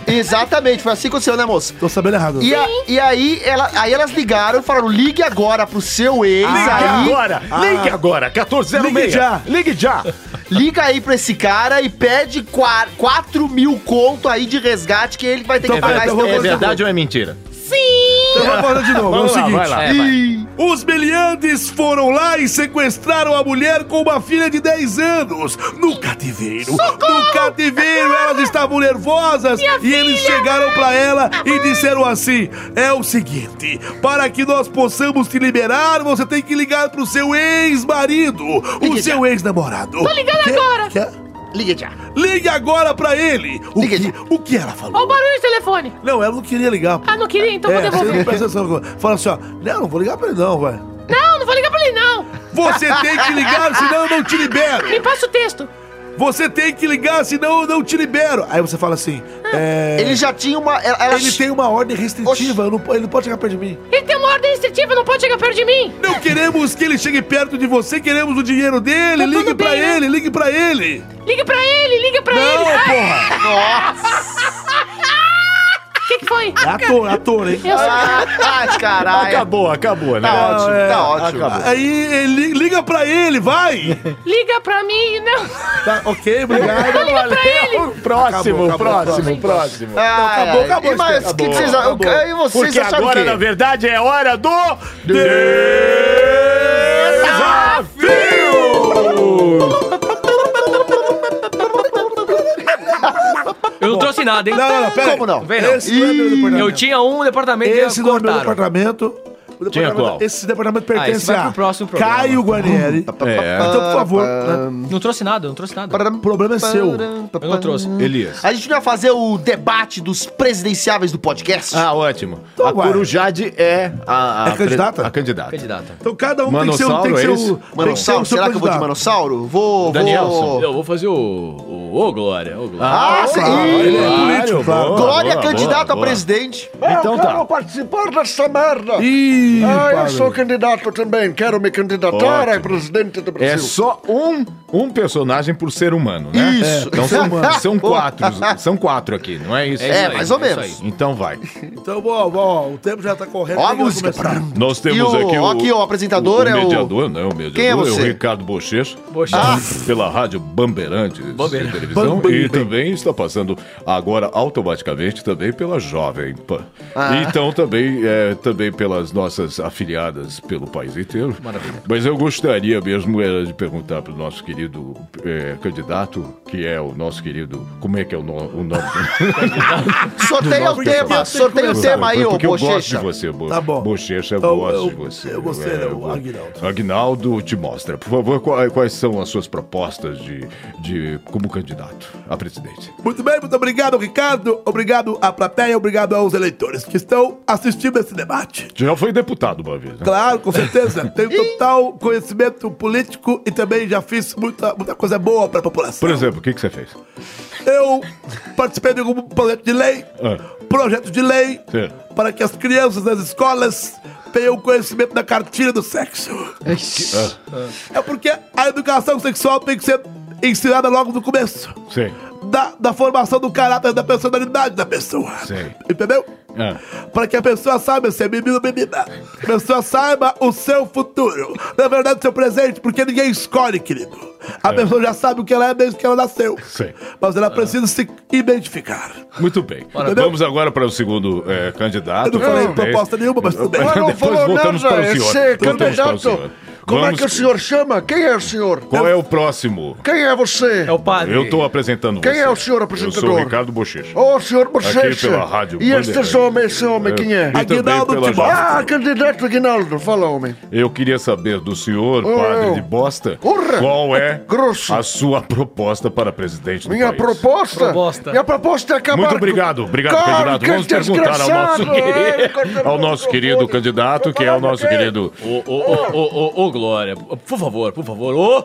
D: Exatamente, foi assim que aconteceu, né, moça?
B: Tô sabendo errado.
D: E, a- e aí, ela, aí elas ligaram e falaram: ligue agora pro seu ex
E: Ligue
D: aí.
E: agora!
A: Ah.
E: Ligue agora! 1406!
D: Ligue já.
E: Ligue já!
D: Liga aí pra esse cara e pede 4 mil conto aí de resgate que ele vai ter
A: Então
D: que
A: vai,
D: pagar
A: então
D: esse
A: vou- é
D: negócio.
A: verdade ou é mentira?
B: Então vamos fazer de novo.
A: Vamos
B: é o
A: lá,
B: seguinte.
A: vai lá, vai, vai.
D: Ih,
B: Os Meliandes foram lá e sequestraram a mulher com uma filha de 10 anos no cativeiro. No cativeiro, elas estavam nervosas
K: Minha
B: e eles
K: filha,
B: chegaram
K: mãe,
B: pra ela e
K: mãe.
B: disseram assim: "É o seguinte, para que nós possamos te liberar, você tem que ligar pro seu ex-marido, o
D: Ligue
B: seu ex-namorado." Tô
K: ligando agora.
D: Liga já.
B: Ligue agora pra ele. O
D: Ligue
B: que,
D: já.
B: o que ela
K: Ó o
B: falou?
K: barulho do telefone.
B: Não, ela não queria ligar. pô.
K: Ah, não queria? Então
B: É,
K: vou
B: você não
K: devolver.
B: presta atenção. Fala assim, ó, não, não vou ligar pra ele não, vai.
K: Não, não vou ligar pra ele, não.
B: Você tem que ligar, senão eu não te libero.
K: Me passa o texto.
B: Você tem que ligar, senão eu não te libero. Aí você fala assim,
K: Ah.
B: é,
D: Ele já tinha uma. Ela, ela-
B: Ele tem uma ordem restritiva, eu não- ele não pode chegar perto de mim.
K: Ele tem uma ordem restritiva, não pode chegar perto de mim.
B: Não queremos que ele chegue perto de você, queremos o dinheiro dele.
K: Tá tudo
B: ligue pra
K: bem, né?
B: ele, ligue pra ele.
K: Liga pra ele, liga pra
B: Não,
K: ele. Ah,
B: porra.
K: O que, que foi?
B: É ator, ator, hein?
K: Eu sou...
D: Ah, caralho.
E: Acabou, acabou, né?
D: Tá ótimo,
B: É,
D: tá ótimo.
E: acabou.
B: Aí ele- liga pra ele, vai.
K: Liga pra mim, não.
B: Tá, ok, obrigado.
E: Valeu! Próximo,
B: Acabou, acabou,
E: próximo, próximo.
D: Ah,
B: acabou,
D: é.
B: acabou
D: E mas
B: esse
D: o que,
B: tempo.
D: que vocês acham?
B: Acabou.
D: E vocês
E: Porque
D: acharam
E: agora,
D: o quê?
E: na verdade, é hora do...
C: Eu não trouxe nada, hein?
B: Não, não, não, pera.
D: Como não?
C: Vem, não.
B: Esse não é meu departamento.
C: Eu tinha um departamento
B: Esse
C: e
B: não é meu
C: cortaram.
B: departamento. O
A: Tinha
B: departamento-
A: qual?
B: Esse departamento
C: Ah, esse
B: pertence
C: vai
B: a
C: pro próximo programa.
B: Caio Guarnieri.
A: É.
B: Então, por favor, né?
C: Não trouxe nada, não trouxe nada.
B: o problema é seu.
C: Eu não trouxe.
A: Elias.
D: A gente não ia fazer o debate dos presidenciáveis do podcast?
A: Ah, ótimo. a
B: vai.
A: Corujade é a, a
B: É candidata?
A: A candidata.
C: Candidata.
B: Então cada um tem que ser um.
A: Manossauro,
B: Tem que ser
A: é
B: um-
A: isso?
B: tem que ser
D: Manossauro,
B: um seu
D: será que eu vou de
B: candidato.
D: Manossauro? Vou, vou...
P: Eu vou fazer o. o- Ô, Glória, ô, Glória.
D: Ah, sim.
B: Ele é político, claro.
D: Glória candidato a presidente.
A: Então tá.
N: participar dessa merda. Ah,
B: Ih, padre.
N: candidato também. Quero me candidatar a presidente do
A: É só um, um personagem por ser humano, né?
D: Isso.
A: É, Então são, são quatro. São quatro aqui, não é isso?
D: É, mais ou menos.
A: Então vai.
B: Então, bom, bom, o tempo já tá correndo.
D: Ó a
B: tem que
D: música.
B: começar.
A: Nós
D: E
A: temos
D: o-
A: aqui o.
D: aqui, ó, o apresentador
A: o,
D: é o-
A: mediador, né? O mediador
D: Quem é você? Ah.
A: o Ricardo Bochecha.
C: Bochecha.
A: Pela rádio Bamberantes de televisão. E também está passando agora automaticamente também pela Jovem Pan.
D: Ah.
A: Então também, é, também pelas nossas afiliadas pelo país inteiro. Maravilha. Mas eu gostaria mesmo era de perguntar para o nosso querido é, candidato, que é o nosso querido. Como é que é o, no, o nome dele?
D: Sorteia o tema, sorteia o tema aí, ô
A: Porque eu gosto de
D: Bochecha.
A: você, Bo...
B: Tá bom.
A: Bochecha, eu
B: Eu-
A: gosto
B: eu-
A: de você.
B: eu gostei, né, o Aguinaldo.
A: Agnaldo te mostra. Por favor, qua- quais são as suas propostas de, de como candidato a presidente?
B: Muito bem, muito obrigado, Ricardo. Obrigado à plateia, obrigado aos eleitores que estão assistindo esse debate.
A: Já foi deputado uma vez, né?
B: Claro, com certeza. Tenho total conhecimento político e também já fiz muita, muita coisa boa para a população.
A: Por exemplo, o que, que você fez?
B: Eu participei de algum projeto de lei,
A: Ah.
B: projeto de lei
A: Sim.
B: para que as crianças nas escolas tenham conhecimento da cartilha do sexo.
A: Ah,
B: É porque a educação sexual tem que ser ensinada logo no começo.
A: Sim.
B: Da, da formação do caráter, da personalidade da pessoa.
A: Sim.
B: Entendeu?
A: Ah.
B: Para que a pessoa saiba se é menino ou menina. A pessoa saiba o seu futuro. Na verdade, seu presente, porque ninguém escolhe, querido. A pessoa já sabe o que ela é desde que ela nasceu.
A: Sim.
B: Mas ela precisa se identificar.
E: Ah.
A: Muito bem.
B: Entendeu?
A: Vamos agora para o segundo eh, candidato.
B: Eu não falei
A: Tudo bem.
B: proposta nenhuma, mas tudo bem.
A: Depois
N: não falou
A: voltamos
N: nada,
A: para o senhor.
N: esse
A: Voltamos para o
N: candidato.
A: senhor.
N: Como é
A: Vamos-
N: que o senhor chama? Quem é o senhor?
A: Qual é o próximo?
N: Quem é você?
C: É o padre.
A: Eu estou apresentando
N: Quem
A: você.
N: é o senhor
A: Eu sou
N: apresentador?
A: o Ricardo Bochecha.
N: Ô, senhor Bochecha.
A: pela rádio
N: E estes
A: Bandeirantes.
N: homens, esse homem, quem é?
A: E também
B: Aguinaldo
A: Então, pela
B: Timóteo.
A: Jovem Pan.
N: Ah, candidato Aguinaldo, fala, homem.
A: Eu queria saber do senhor,
N: Oh,
A: padre
N: eu.
A: de bosta,
N: Urra!
A: qual é
N: Grosso.
A: a sua proposta para presidente do
N: Minha
A: país.
N: proposta?
C: Proposta.
N: Minha proposta é acabar...
A: Muito
N: com-
A: obrigado, obrigado,
N: Cara,
A: candidato.
N: que
A: Vamos perguntar ao nosso,
N: desgraçado, é,
A: querido,
N: cortando
A: ao
N: o
A: nosso querido
N: microfone.
A: candidato, que é o nosso
N: Quem?
A: querido.
P: Ô, ô, ô, ô, ô, ô, Glória, por favor, por favor, ô!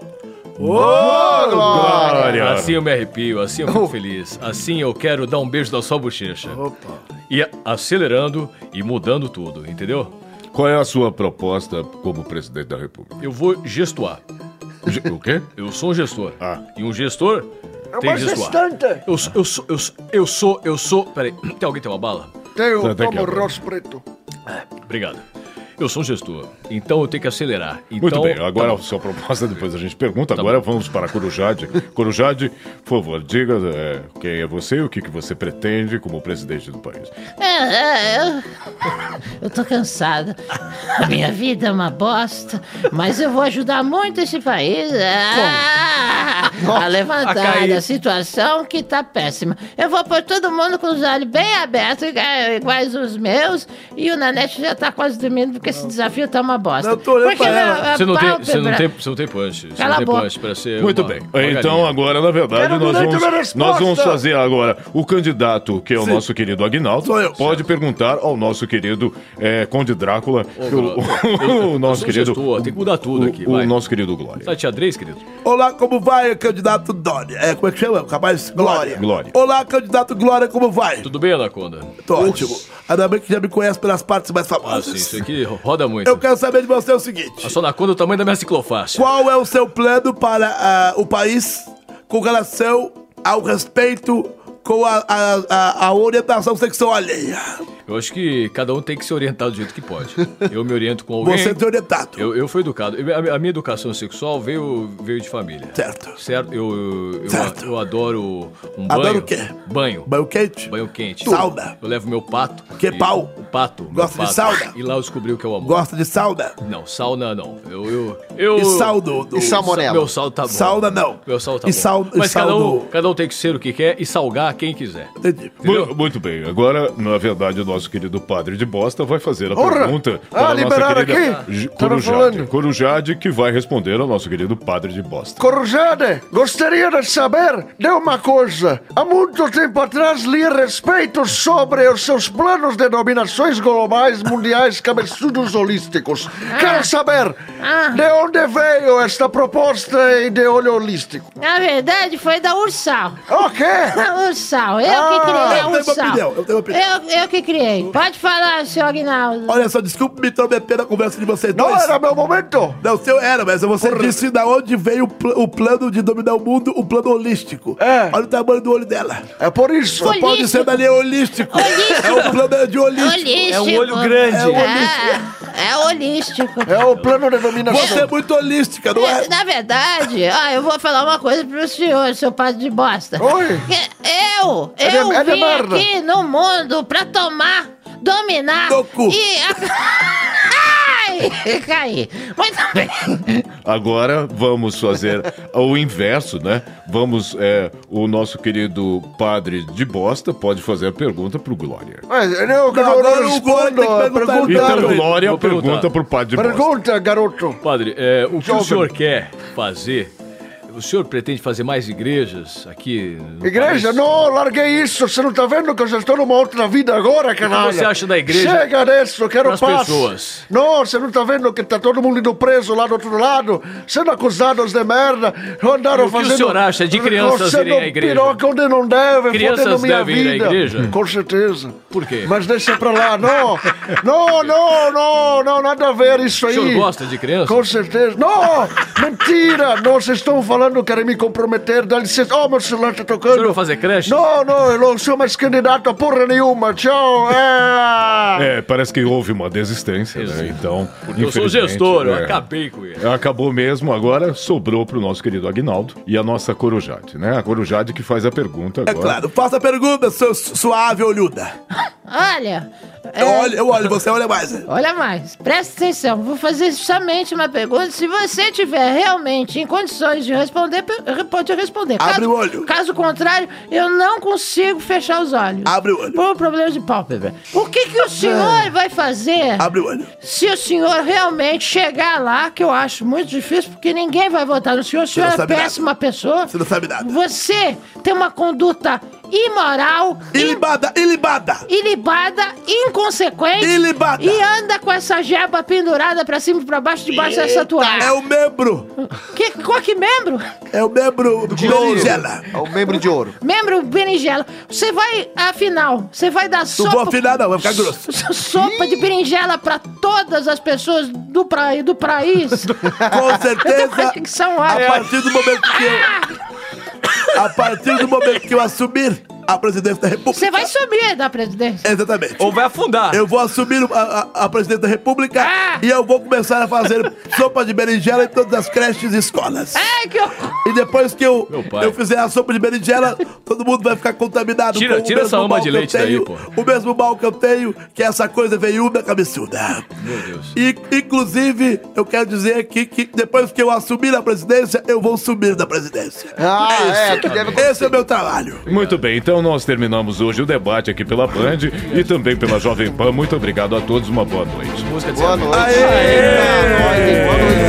E: Ô, Glória! Assim eu me arrepio, assim eu fico feliz, assim eu quero dar um beijo na sua bochecha. Opa! E a- acelerando e mudando tudo, entendeu?
A: Qual é a sua proposta como presidente da República?
E: Eu vou gestuar.
A: Ge- O quê? Ah.
E: Eu sou um gestor. E um gestor tem
H: É uma
N: É
E: que gestuar.
H: gestante.
E: Eu, sou- eu sou, eu sou, eu sou, eu sou. Peraí, tem alguém que tem uma bala?
H: Tenho,
E: Senta aqui,
H: tomo
E: ó.
H: rosto preto.
E: Obrigado. Eu sou um gestor, então eu tenho que acelerar.
A: Muito
E: Então,
A: bem, agora
E: tá
A: a sua proposta, depois a gente pergunta.
D: Tá
A: agora vamos para Corujade. Corujade, por favor, diga é, quem é você e o que, que você pretende como presidente do país.
G: É, é, eu... eu tô cansada. A minha vida é uma bosta, mas eu vou ajudar muito esse país ah, a
H: a
G: levantar
H: cair.
G: da situação que tá péssima. Eu vou pôr todo mundo com os olhos bem abertos, iga- iguais os meus, e o Nanete já tá quase dormindo porque esse desafio tá uma bosta.
E: Não, eu tô
A: olhando
G: Porque
A: pra
G: na-
A: ela.
G: a
E: Você não, tem, você, não
G: pálpebra-
E: tem, você não tem punch. Você
G: Cala
E: não
G: a
E: tem
G: boca.
E: punch pra ser.
A: Muito
E: uma-
A: bem.
E: uma
A: Então,
E: galinha.
A: agora, na verdade,
E: Quero
A: nós
E: durante uma
A: vamos,
E: resposta.
A: nós vamos fazer agora. O candidato, que é o
E: Sim.
A: nosso querido Agnaldo, pode perguntar ao nosso querido é, Conde Drácula, o- o, o nosso querido.
E: um tem que mudar tudo aqui. Tá
A: O nosso querido Glória.
E: Sete xadrez, querido?
B: Olá, como vai, candidato Dória? É, como é que chama? Capaz? Glória.
A: Glória.
B: Olá, candidato Glória, como vai?
E: Tudo bem, Anaconda?
B: Tô ótimo. Ainda bem que já me conhece pelas partes mais
E: Ah,
B: famosas.
E: sim, isso aqui roda muito.
B: Eu quero saber de você o seguinte.
E: A sua Anaconda é o tamanho da minha ciclofaixa.
B: Qual é o seu plano para ah, o país com relação ao respeito com a, a- a- a orientação sexual alheia?
E: Eu acho que cada um tem que se orientar do jeito que pode. Eu me oriento com alguém.
B: Você tá- tem orientado.
E: Eu, eu fui educado. Eu- a, a minha educação sexual veio, veio de família.
B: Certo.
E: Certo? Eu, eu,
B: Certo.
E: eu adoro um banho.
B: Adoro o quê?
E: Banho.
B: Banho quente?
E: Banho quente.
B: Sauna.
E: Eu levo meu pato.
B: Que
E: e-
B: pau?
E: O pato. meu
B: Gosta de
E: pato.
B: sauna?
E: E lá eu descobri o que é o amor.
B: Gosta de sauna?
E: Não, sauna não. Eu. eu, eu
B: E saldo do- E salmonela?
E: Meu saldo tá bom.
B: Sauna não.
E: Meu saldo tá
B: E
E: bom.
B: sal- e
E: Mas cada, um,
B: saldo-
E: cada um tem que ser o que quer e salgar quem quiser.
A: Mu- Muito bem, agora, na verdade, o nosso querido padre de bosta vai fazer a
E: Ora!
A: pergunta
E: Ah,
A: para a nossa
E: liberaram
A: querida
E: aqui?
A: J-
E: Tava
A: Corujade.
E: falando.
A: Corujade, que vai responder ao nosso querido padre de bosta.
H: Corujade, gostaria de saber de uma coisa. Há muito tempo atrás li a respeito sobre os seus planos de dominações globais mundiais cabeçudos holísticos.
B: Ah.
H: Quero saber de onde veio esta proposta e de olho holístico.
G: Na verdade, foi da Ursal.
H: O quê?
G: Ursal. Eu
H: Ah,
G: que criei
B: eu
G: a
B: tenho uma
G: Ursal.
B: opinião, eu tenho uma opinião.
G: Eu, eu que criei. Pode falar, senhor Aguinaldo.
B: Olha só, desculpa me intrometer na conversa de vocês dois. Não
H: era meu momento.
B: Não, seu era, mas você disse da onde veio o, pl- o plano de dominar o mundo, o plano holístico. É. Olha o tamanho do olho dela.
H: É por isso.
B: Só pode
H: Holístico.
B: ser dali é holístico.
H: Holístico.
B: É o plano de holístico.
G: Holístico.
B: É o holístico.
G: É, é holístico.
H: É o plano de dominação.
B: Você é muito holística, não é?
G: Na verdade, ó, eu vou falar uma coisa pro senhor, seu padre de bosta.
H: Oi.
G: Que Eu,
H: É de-
G: eu
H: é de
G: vim
H: merda.
G: aqui no mundo pra tomar, dominar e... Ai, caí. Muito bem.
A: Agora vamos fazer o inverso, né? Vamos, é, o nosso querido padre de bosta pode fazer a pergunta pro Glória.
H: Mas eu que não,
B: agora
H: não
B: o
H: respondo.
B: Glória tem que perguntar.
A: Então,
H: perguntaram.
A: Glória
E: Vou perguntar.
A: pergunta pro padre de bosta.
H: Pergunta, garoto.
E: Padre, é, o que o
H: Jovem.
E: senhor quer fazer? O senhor pretende fazer mais igrejas aqui? no
H: Igreja,
E: país?
H: não, larguei isso. Você não tá vendo que eu já estou numa outra vida agora, canalha?
E: você acha da igreja
H: Chega disso, eu quero
E: pras
H: paz.
E: pessoas?
H: Não, você não tá vendo que tá todo mundo indo preso lá do outro lado, sendo acusados de merda, andaram
E: E o que o
H: fazendo...
E: senhor acha de crianças
H: Sendo
E: irem à igreja?
H: piroca onde não deve,
E: Crianças
H: fodendo minha
E: devem ir
H: vida.
E: à igreja?
H: Com certeza.
E: Por quê?
H: Mas deixa pra lá, não. Não, não, não, não, nada a ver isso
E: O
H: aí.
E: senhor gosta de criança?
H: Com certeza. Não! Mentira! Não, vocês estão falando, querem me comprometer, dá licença. Oh, meu celular tá tocando. O senhor vai
E: fazer creche?
H: Não, não, eu não sou mais candidato a porra nenhuma. Tchau! É.
A: É, parece que houve uma desistência, né? Então,
E: Eu sou
A: infelizmente,
E: gestor, eu
A: é.
E: acabei com ele.
A: Acabou mesmo, agora sobrou pro nosso querido Agnaldo e a nossa Corujade, né? A Corujade que faz a pergunta
B: É
A: agora.
B: claro. Faça a pergunta, seu su- suave olhuda.
G: Olha,
B: Eu
G: É.
B: olho, eu olho, você olha mais.
G: Olha mais, presta atenção. Vou fazer somente uma pergunta. Se você tiver realmente em condições de responder, pe- pode responder.
B: Abre
G: Caso-
B: o olho.
G: Caso contrário, eu não consigo fechar os olhos.
B: Abre o olho. É.
G: Por um problema de pálpebra. O que, que o senhor vai fazer
B: Abre o olho.
G: se o senhor realmente chegar lá, que eu acho muito difícil, porque ninguém vai votar no senhor. O senhor
B: não
G: é
B: sabe nada.
G: péssima pessoa.
B: Você não sabe nada.
G: Você tem uma conduta imoral.
B: Ilibada, ilibada.
G: Ilibada, inconsequente.
B: Ilibada.
G: E anda com essa jeba pendurada pra cima e pra baixo, debaixo Eita. dessa toalha.
B: É o membro.
G: Que, qual que membro?
B: É o membro de berinjela.
D: É o membro de ouro.
G: Membro berinjela. Você vai, afinal, você vai dar sopa...
B: Não vou afinar não, vai ficar grosso.
G: Sopa de berinjela pra todas as pessoas do, pra, do país.
B: com certeza, a partir do momento que eu... A partir do momento que eu assumir a presidência da República. Você
G: vai subir da presidência.
B: Exatamente.
P: Ou vai
C: Ah.
P: afundar.
B: Eu vou assumir a, a, a presidência da República ah. e eu vou começar a fazer sopa de berinjela em todas as creches e escolas.
G: Ai, que horror.
B: E depois que eu, eu fizer a sopa de berinjela, todo mundo vai ficar contaminado
P: tira, com tira essa
B: mal
P: de leite
B: tenho,
P: daí,
B: pô. O mesmo mal que eu tenho, que é essa coisa veiúda cabeçuda.
P: Meu Deus.
B: E, inclusive, eu quero dizer aqui que depois que eu assumir a presidência, eu vou subir da presidência.
D: Ah, é, que deve acontecer.
B: Esse é o meu trabalho.
A: Muito bem, então então nós terminamos hoje o debate aqui pela Band e também pela Jovem Pan. Muito obrigado a todos, uma boa noite.
D: Boa noite.
B: Aê! Aê! Boa noite.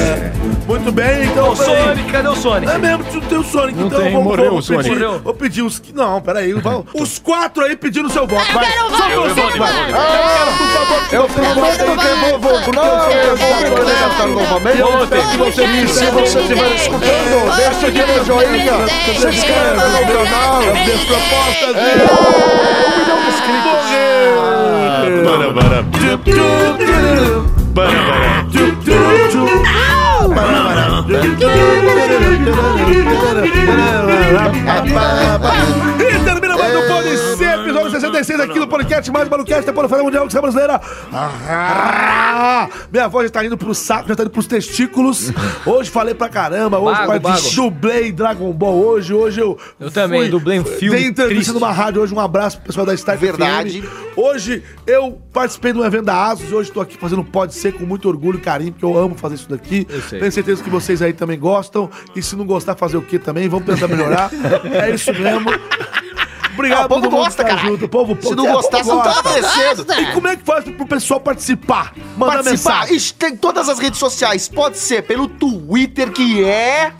B: Muito bem, então.
P: O Sonic, cadê o Sonic?
B: É mesmo, não tem o Sonic,
A: não
B: então
A: tem,
B: vamos,
A: morreu
B: vamos
A: o Sonic.
B: Pedir, vou pedir os. Não, peraí. Vamos, os quatro aí pedindo seu voto.
K: Eu quero voto,
B: Só
K: eu
B: você que
K: quero
B: vai.
K: voto.
B: Ah, por favor, que
H: Eu
B: você
H: fui
B: vai.
H: voto no devolvo, não, eu vou me candidatar novamente.
P: Ontem.
H: Se você me se você estiver escutando, deixa aqui no joinha, se inscreve no canal.
B: As minhas propostas.
H: É, um milhão de inscritos.
A: Para, para, para, para.
B: E termina mais um Pode Ser, episódio 66 aqui no podcast mais malucast da Polifônia Mundial que é brasileira. Ah, Minha voz já tá indo pro saco, já tá indo pros testículos. Hoje falei pra caramba, hoje
P: Bago,
B: quase
P: bago.
B: dublei Dragon Ball hoje, hoje eu...
P: Eu também, dublei um filme
B: Dei entrevista
P: triste.
B: numa rádio hoje, um abraço pro pessoal da Star
D: Verdade.
B: Hoje eu participei de um evento da ASUS e hoje estou aqui fazendo um Pode Ser com muito orgulho e carinho, porque eu amo fazer isso daqui.
P: Eu sei.
B: Tenho certeza que vocês aí também gostam. E se não gostar, fazer o quê também? Vamos tentar melhorar. é isso mesmo. Obrigado,
D: Ah, o povo
B: todo mundo
D: gosta,
B: que tá
D: caralho.
B: junto. O povo,
D: Se não
B: é, o
D: gostar,
B: povo
D: você não tá
B: gosta.
D: aparecendo.
B: E como é que faz pro pessoal participar? Mandar
D: Participar.
B: mensagem.
D: Ixi, Tem todas as redes sociais. Pode ser pelo Twitter, que é...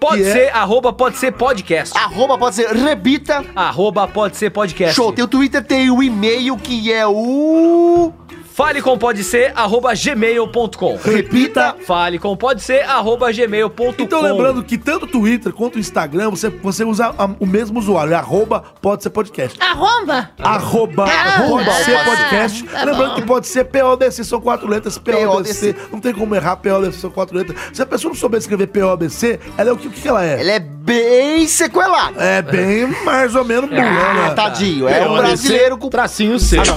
P: Pode
B: Que é?
P: ser, arroba, pode ser podcast.
D: Arroba, pode ser, Rebita.
P: Arroba, pode ser
B: É,
P: podcast.
D: Show. Tem o Twitter, tem o e-mail, que é o...
P: Fale com pode ser, arroba gmail.com.
D: Repita.
P: Fale com pode ser, arroba gmail.com.
B: Então, lembrando que tanto o Twitter quanto o Instagram, você, você usa a- o mesmo usuário, é arroba pode ser podcast.
G: Arromba.
B: Arroba
G: Ah,
B: pode
G: tá.
B: ser podcast.
G: Tá
B: Lembrando
G: bom.
B: que pode ser PODC, são quatro letras, PODC.
D: PODC.
B: Não tem como errar, PODC são quatro letras. Se a pessoa não souber escrever PODC, ela é o que, o que que ela é?
D: Ela é bem sequelada.
B: É bem mais ou menos burra,
D: Ah,
B: né?
G: tá.
D: tadinho. É um brasileiro com...
P: Tracinho C.
D: POD.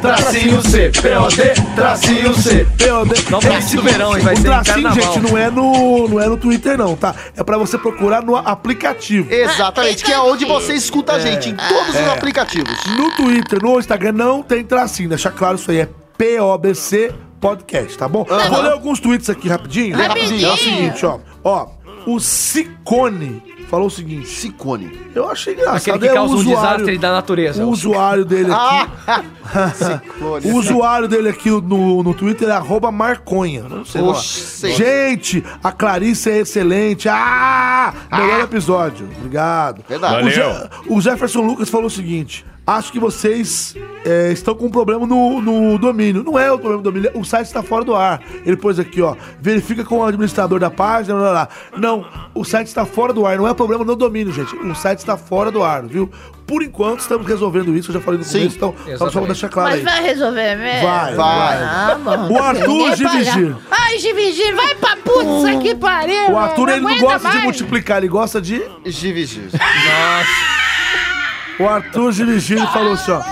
P: Tracinho C. POD. Tracinho C.
B: POD.
P: Não,
B: Esse
P: esse verão, hein, vai
B: o
P: ser em
B: tracinho,
P: carnaval.
B: gente, não é, no, não é no Twitter, não, tá? É pra você procurar no aplicativo.
D: Exatamente, que é onde você escuta a gente, em todos
B: É.
D: os aplicativos.
B: No Twitter, no Instagram, não tem tracinho. Deixa claro isso aí. É POBC Podcast, tá bom? Vou ler alguns tweets aqui rapidinho.
D: Lê
B: É
D: rapidinho.
B: o seguinte, ó. Ó, o Sicone falou o seguinte.
D: Sicone.
B: Eu achei engraçado.
P: Aquele que
B: é o
P: causa um
B: usuário-
P: desastre da natureza.
B: O usuário dele aqui.
D: Sicone.
B: O usuário dele aqui no, no Twitter é arroba Marconha. Não sei lá.
D: Oxe.
B: Gente, a Clarice é excelente. Ah! Melhor episódio. Obrigado.
D: Verdade.
B: O,
A: Valeu.
B: Je- o Jefferson Lucas falou o seguinte: acho que vocês é, estão com um problema no, no domínio. Não é o problema do domínio, o site está fora do ar. Ele pôs aqui, ó. Verifica com o administrador da página, blá, blá, blá. Não, o site está fora do ar. Não é problema no domínio, gente. O site está fora do ar, viu? Por enquanto, estamos resolvendo isso. Eu já falei no
D: Sim,
B: começo, então só vamos deixar claro
G: Mas
B: aí.
G: vai resolver mesmo?
B: Vai,
D: vai.
G: Ah, bom.
B: O Arthur
G: Ninguém
B: Givigir.
G: paga. Ai, Givigir, vai pra putz que pariu.
B: O Arthur, ele não
G: aguenta
B: gosta de
G: mais.
B: multiplicar, ele gosta de...
D: Givi, Givi.
B: O Arthur dirigindo falou assim, ó.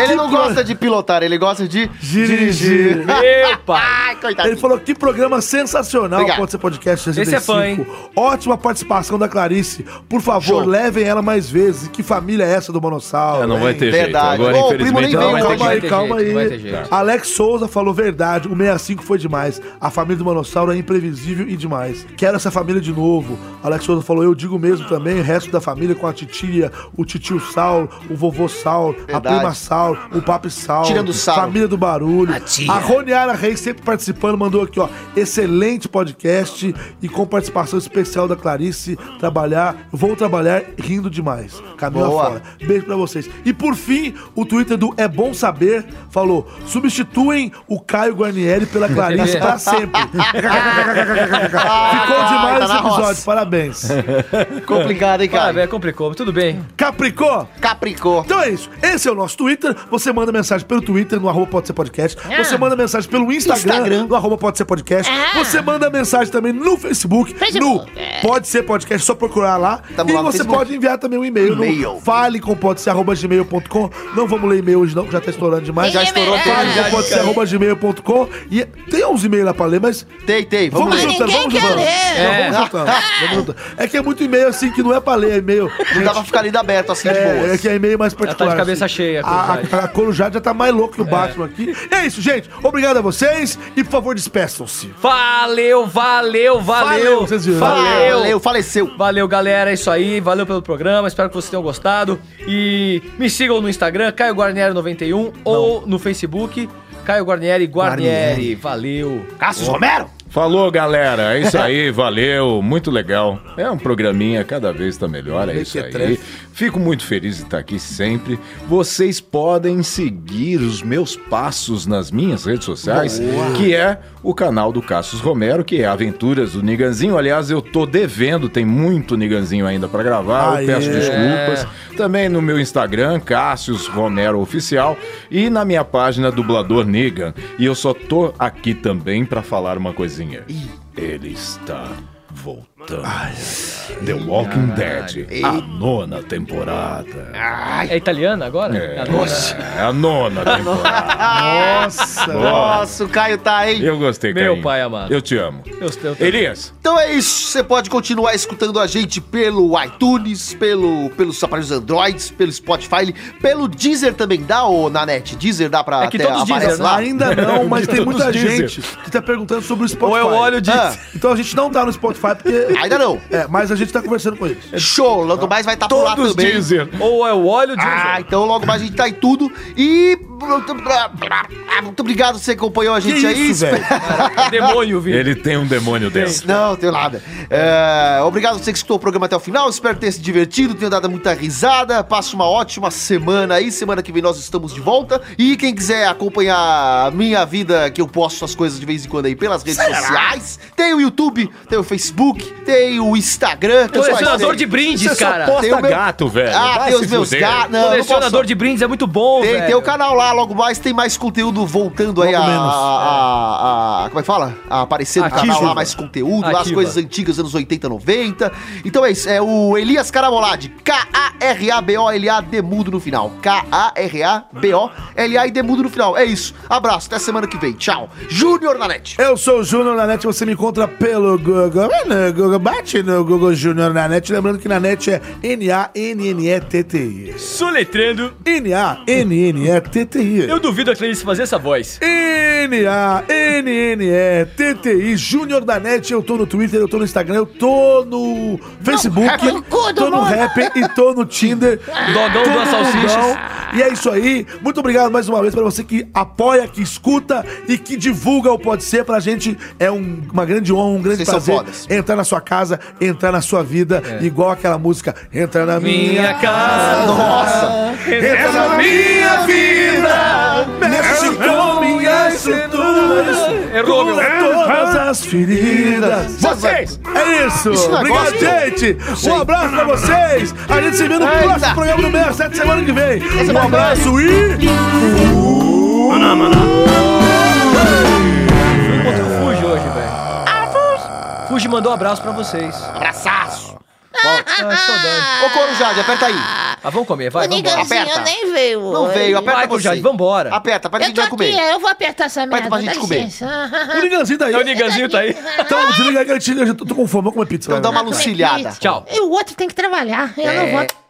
D: Ele não gosta de pilotar, ele gosta de
B: Dirigir.
P: Meu pai.
D: Ai,
B: Ele
D: coitadinho.
B: falou que programa sensacional
D: Obrigado.
B: pode ser podcast 65.
P: Esse é fã, hein?
B: Ótima participação da Clarice. Por favor,
D: Show.
B: levem ela mais vezes. Que família é essa do Monossauro?
A: É, não vai
B: hein?
A: ter jeito.
D: Verdade.
A: Agora,
D: Ô, o primo
A: infelizmente,
D: nem
A: não
D: veio
A: vai ter
D: hoje.
A: jeito.
B: Calma aí,
P: jeito,
B: calma
P: não vai ter
B: aí. Tá.
P: jeito.
B: Alex Souza falou verdade. O 65 foi demais. A família do Manossauro é imprevisível e demais. Quero essa família de novo. Alex Souza falou, eu digo mesmo também. O resto da família com a titia, o titio Saulo, o vovô Saulo, a
D: Verdade.
B: prima Saulo, o papi Saulo.
D: Tirando o Saulo.
B: Família do Barulho.
N: A tia.
B: A Roniara Reis sempre participando mandou aqui, ó. Excelente podcast e com participação especial da Clarice. Trabalhar, vou trabalhar rindo demais. Caminho
D: Boa.
B: afora. Beijo pra vocês. E por fim, o Twitter do É Bom Saber falou: substituem o Caio Guarnieri pela Clarice pra sempre. Ficou demais
D: tá
B: esse
D: na roça.
B: episódio, parabéns.
D: Complicado, hein, cara?
P: Parabéns, complicou, mas tudo bem.
B: Capricô?
D: Capricô.
B: Então é isso. Esse é o nosso Twitter. Você manda mensagem pelo Twitter, no arroba pode ser podcast.
G: Ah.
B: Você manda mensagem pelo Instagram,
D: Instagram.
B: no arroba pode ser podcast.
G: Ah.
B: Você manda mensagem também no Facebook,
G: Facebook,
B: no
G: é.
B: pode ser podcast, só procurar lá.
D: Tamo
B: e
D: lá no
B: você
D: Facebook.
B: pode enviar também um e-mail no
D: E-mail.
B: fale com pode ser arroba gmail.com. Não vamos ler e-mail hoje não, que já tá estourando demais.
D: Já estourou
G: Ah.
D: tudo, já.
B: Fale com pode ser arroba gmail.com. E tem uns e-mails lá pra ler, mas
D: Tem, tem. Vamos,
B: Vamos
D: ler.
B: juntando, vamos
G: ninguém quer
B: juntando.
G: ler.
B: É. Vamos juntando, vamos juntando. É que é muito e-mail assim que não é pra ler, é e-mail.
D: Não dá pra ficar ali aberto assim de
B: É,
D: boa.
B: é que é meio mais
P: tá de
B: particular. assim.
P: cabeça cheia,
B: A,
P: Corujade.
B: a, a Corujade já tá mais louco que o Batman aqui. É isso, gente. Obrigado a vocês e, por favor, despeçam-se.
P: Valeu, valeu, valeu.
B: vocês viram.
P: Valeu.
D: Valeu, faleceu.
P: Valeu, galera. É isso aí. Valeu pelo programa. Espero que vocês tenham gostado. E me sigam no Instagram, Caio Guarnieri91, ou no Facebook, Caio Guarnieri Guarnieri. Valeu.
D: Cassius Romero?
A: Falou, galera. É isso aí, valeu. Muito legal. É um programinha, cada vez tá melhor, é isso aí. Fico muito feliz de estar aqui sempre. Vocês podem seguir os meus passos nas minhas redes sociais, que é o canal do Cassius Romero, que é Aventuras do Niganzinho. Aliás, eu tô devendo, tem muito Niganzinho ainda pra gravar.
B: Aê.
A: Eu peço desculpas. Também no meu Instagram, Cassius Romero Oficial, e na minha página Dublador Nigan. E eu só tô aqui também pra falar uma coisinha. Ele está voltando. The Walking Dead, a nona temporada.
P: É italiana agora?
A: É,
P: É a nossa.
A: é a nona temporada.
D: Nossa. Nossa, o Caio tá, hein?
A: Eu gostei,
P: Meu
A: Caim.
P: pai amado.
A: Eu te amo.
P: Eu- eu-
A: Elias,
D: Então é isso, você pode continuar escutando a gente pelo iTunes, pelo, pelos aparelhos Androids, pelo Spotify, pelo Deezer também dá, ou na net? Deezer dá pra
P: É que todos dizem, né?
D: lá?
B: Ainda não, mas tem muita
A: Todos dizem.
B: gente que tá perguntando sobre o Spotify.
P: Ou eu olho de.
D: Ah.
B: Então a gente não tá no Spotify porque...
D: Ainda não.
B: É, mas a gente tá conversando com eles.
D: Show, logo mais vai estar tá por lá
A: todos
D: também.
A: dizem.
P: Ou eu olho de.
D: Ah, então logo mais a gente tá em tudo e... Muito obrigado você que acompanhou a gente
B: Que
D: aí.
B: isso, velho?
P: Demônio, Vini.
A: Ele tem um demônio dentro.
D: Não, tenho nada. É, obrigado você que escutou o programa até o final. Espero ter se divertido, tenha dado muita risada. Passe uma ótima semana aí. Semana que vem nós estamos de volta. E quem quiser acompanhar a minha vida, que eu posto as coisas de vez em quando aí pelas redes sociais, tem o YouTube, tem o Facebook, tem o Instagram. que eu só
P: Colecionador
D: tenho.
P: de brindes, cara.
A: Porta
D: Tem o meu-
A: gato, velho.
D: Ah,
A: Vai
D: tem
A: se
D: os meus
A: fuder.
D: gatos. Não, eu não posso.
P: Colecionador de brindes é muito bom,
D: Tem,
P: velho. é.
D: tem o canal lá, logo mais tem mais conteúdo voltando aí a,
B: menos,
D: a- a- Como é que fala? A aparecer no
P: Ativa.
D: canal lá, mais conteúdo, lá as
P: Ativa.
D: coisas antigas, anos 80, 90. Então é isso, é o Elias Carabolade. K-A-R-A-B-O-L-A, Demudo no final. K-A-R-A-B-O-L-A e Demudo no final. É isso. Abraço, até semana que vem. Tchau. Júnior na net.
B: Eu sou o Júnior na net, você me encontra pelo Google, é, no Google, bate no Google Júnior na net, lembrando que na net é N-A-N-N-E-T-T-I.
C: Soletrando,
B: N-A-N-N-E-T-T-I.
C: eu duvido a Clarice fazer essa voz.
B: N-A-N-N-E-T-T-I, Júnior da Net, eu tô no Twitter, eu tô no Instagram, eu tô no Facebook,
G: hacker no cu do
B: tô no
G: mundo.
B: Rap e tô no Tinder.
P: Dogão
B: Tô
P: duas
B: no
P: salsichas.
B: Dogão. E é isso aí, muito obrigado mais uma vez pra você que apoia, que escuta e que divulga o Pode Ser, pra gente é um- uma grande honra, um grande
D: Vocês são
B: prazer
D: fodas.
B: entrar na sua casa, entrar na sua vida, igual aquela música, entra na É. minha,
P: Minha casa.
D: Ah, Nossa.
B: entra na minha vida, mexe com minha estrutura.
P: Errou, meu.
C: É,
B: Todas as feridas.
D: Vocês.
B: É isso.
D: Esse negócio-
B: Obrigado, gente. Um abraço pra vocês. A gente se vê no
D: Eita.
B: próximo programa do Meia Sete semana que vem. Um
D: semana que vem.
B: abraço e.
P: Encontrei o Fuji hoje, velho. Fuji mandou um abraço pra vocês.
D: Abraçaço.
P: Ah, saudade.
D: Ô, Corujade, aperta aí.
P: Ah, vamos comer, vai,
G: o
P: vamos embora.
G: Niganzinho
D: aperta.
G: nem veio.
D: Não
G: hoje.
D: veio, aperta
P: Vai, Corujade,
D: você.
P: vambora.
D: Aperta, aperta que a
G: Eu
D: gente
G: tô
D: vai
G: aqui, é.
D: comer.
G: eu vou apertar essa merda.
D: pra gente
G: dá
D: comer.
G: licença.
B: O Niganzinho daí.
P: O Niganzinho tá aí.
B: Então, desliga aí que eu te- eu já tô tô com fome. Vamos comer pizza.
D: Então dá
B: galera.
D: uma lucilhada.
P: Tchau.
G: E o outro tem que trabalhar. Eu não vou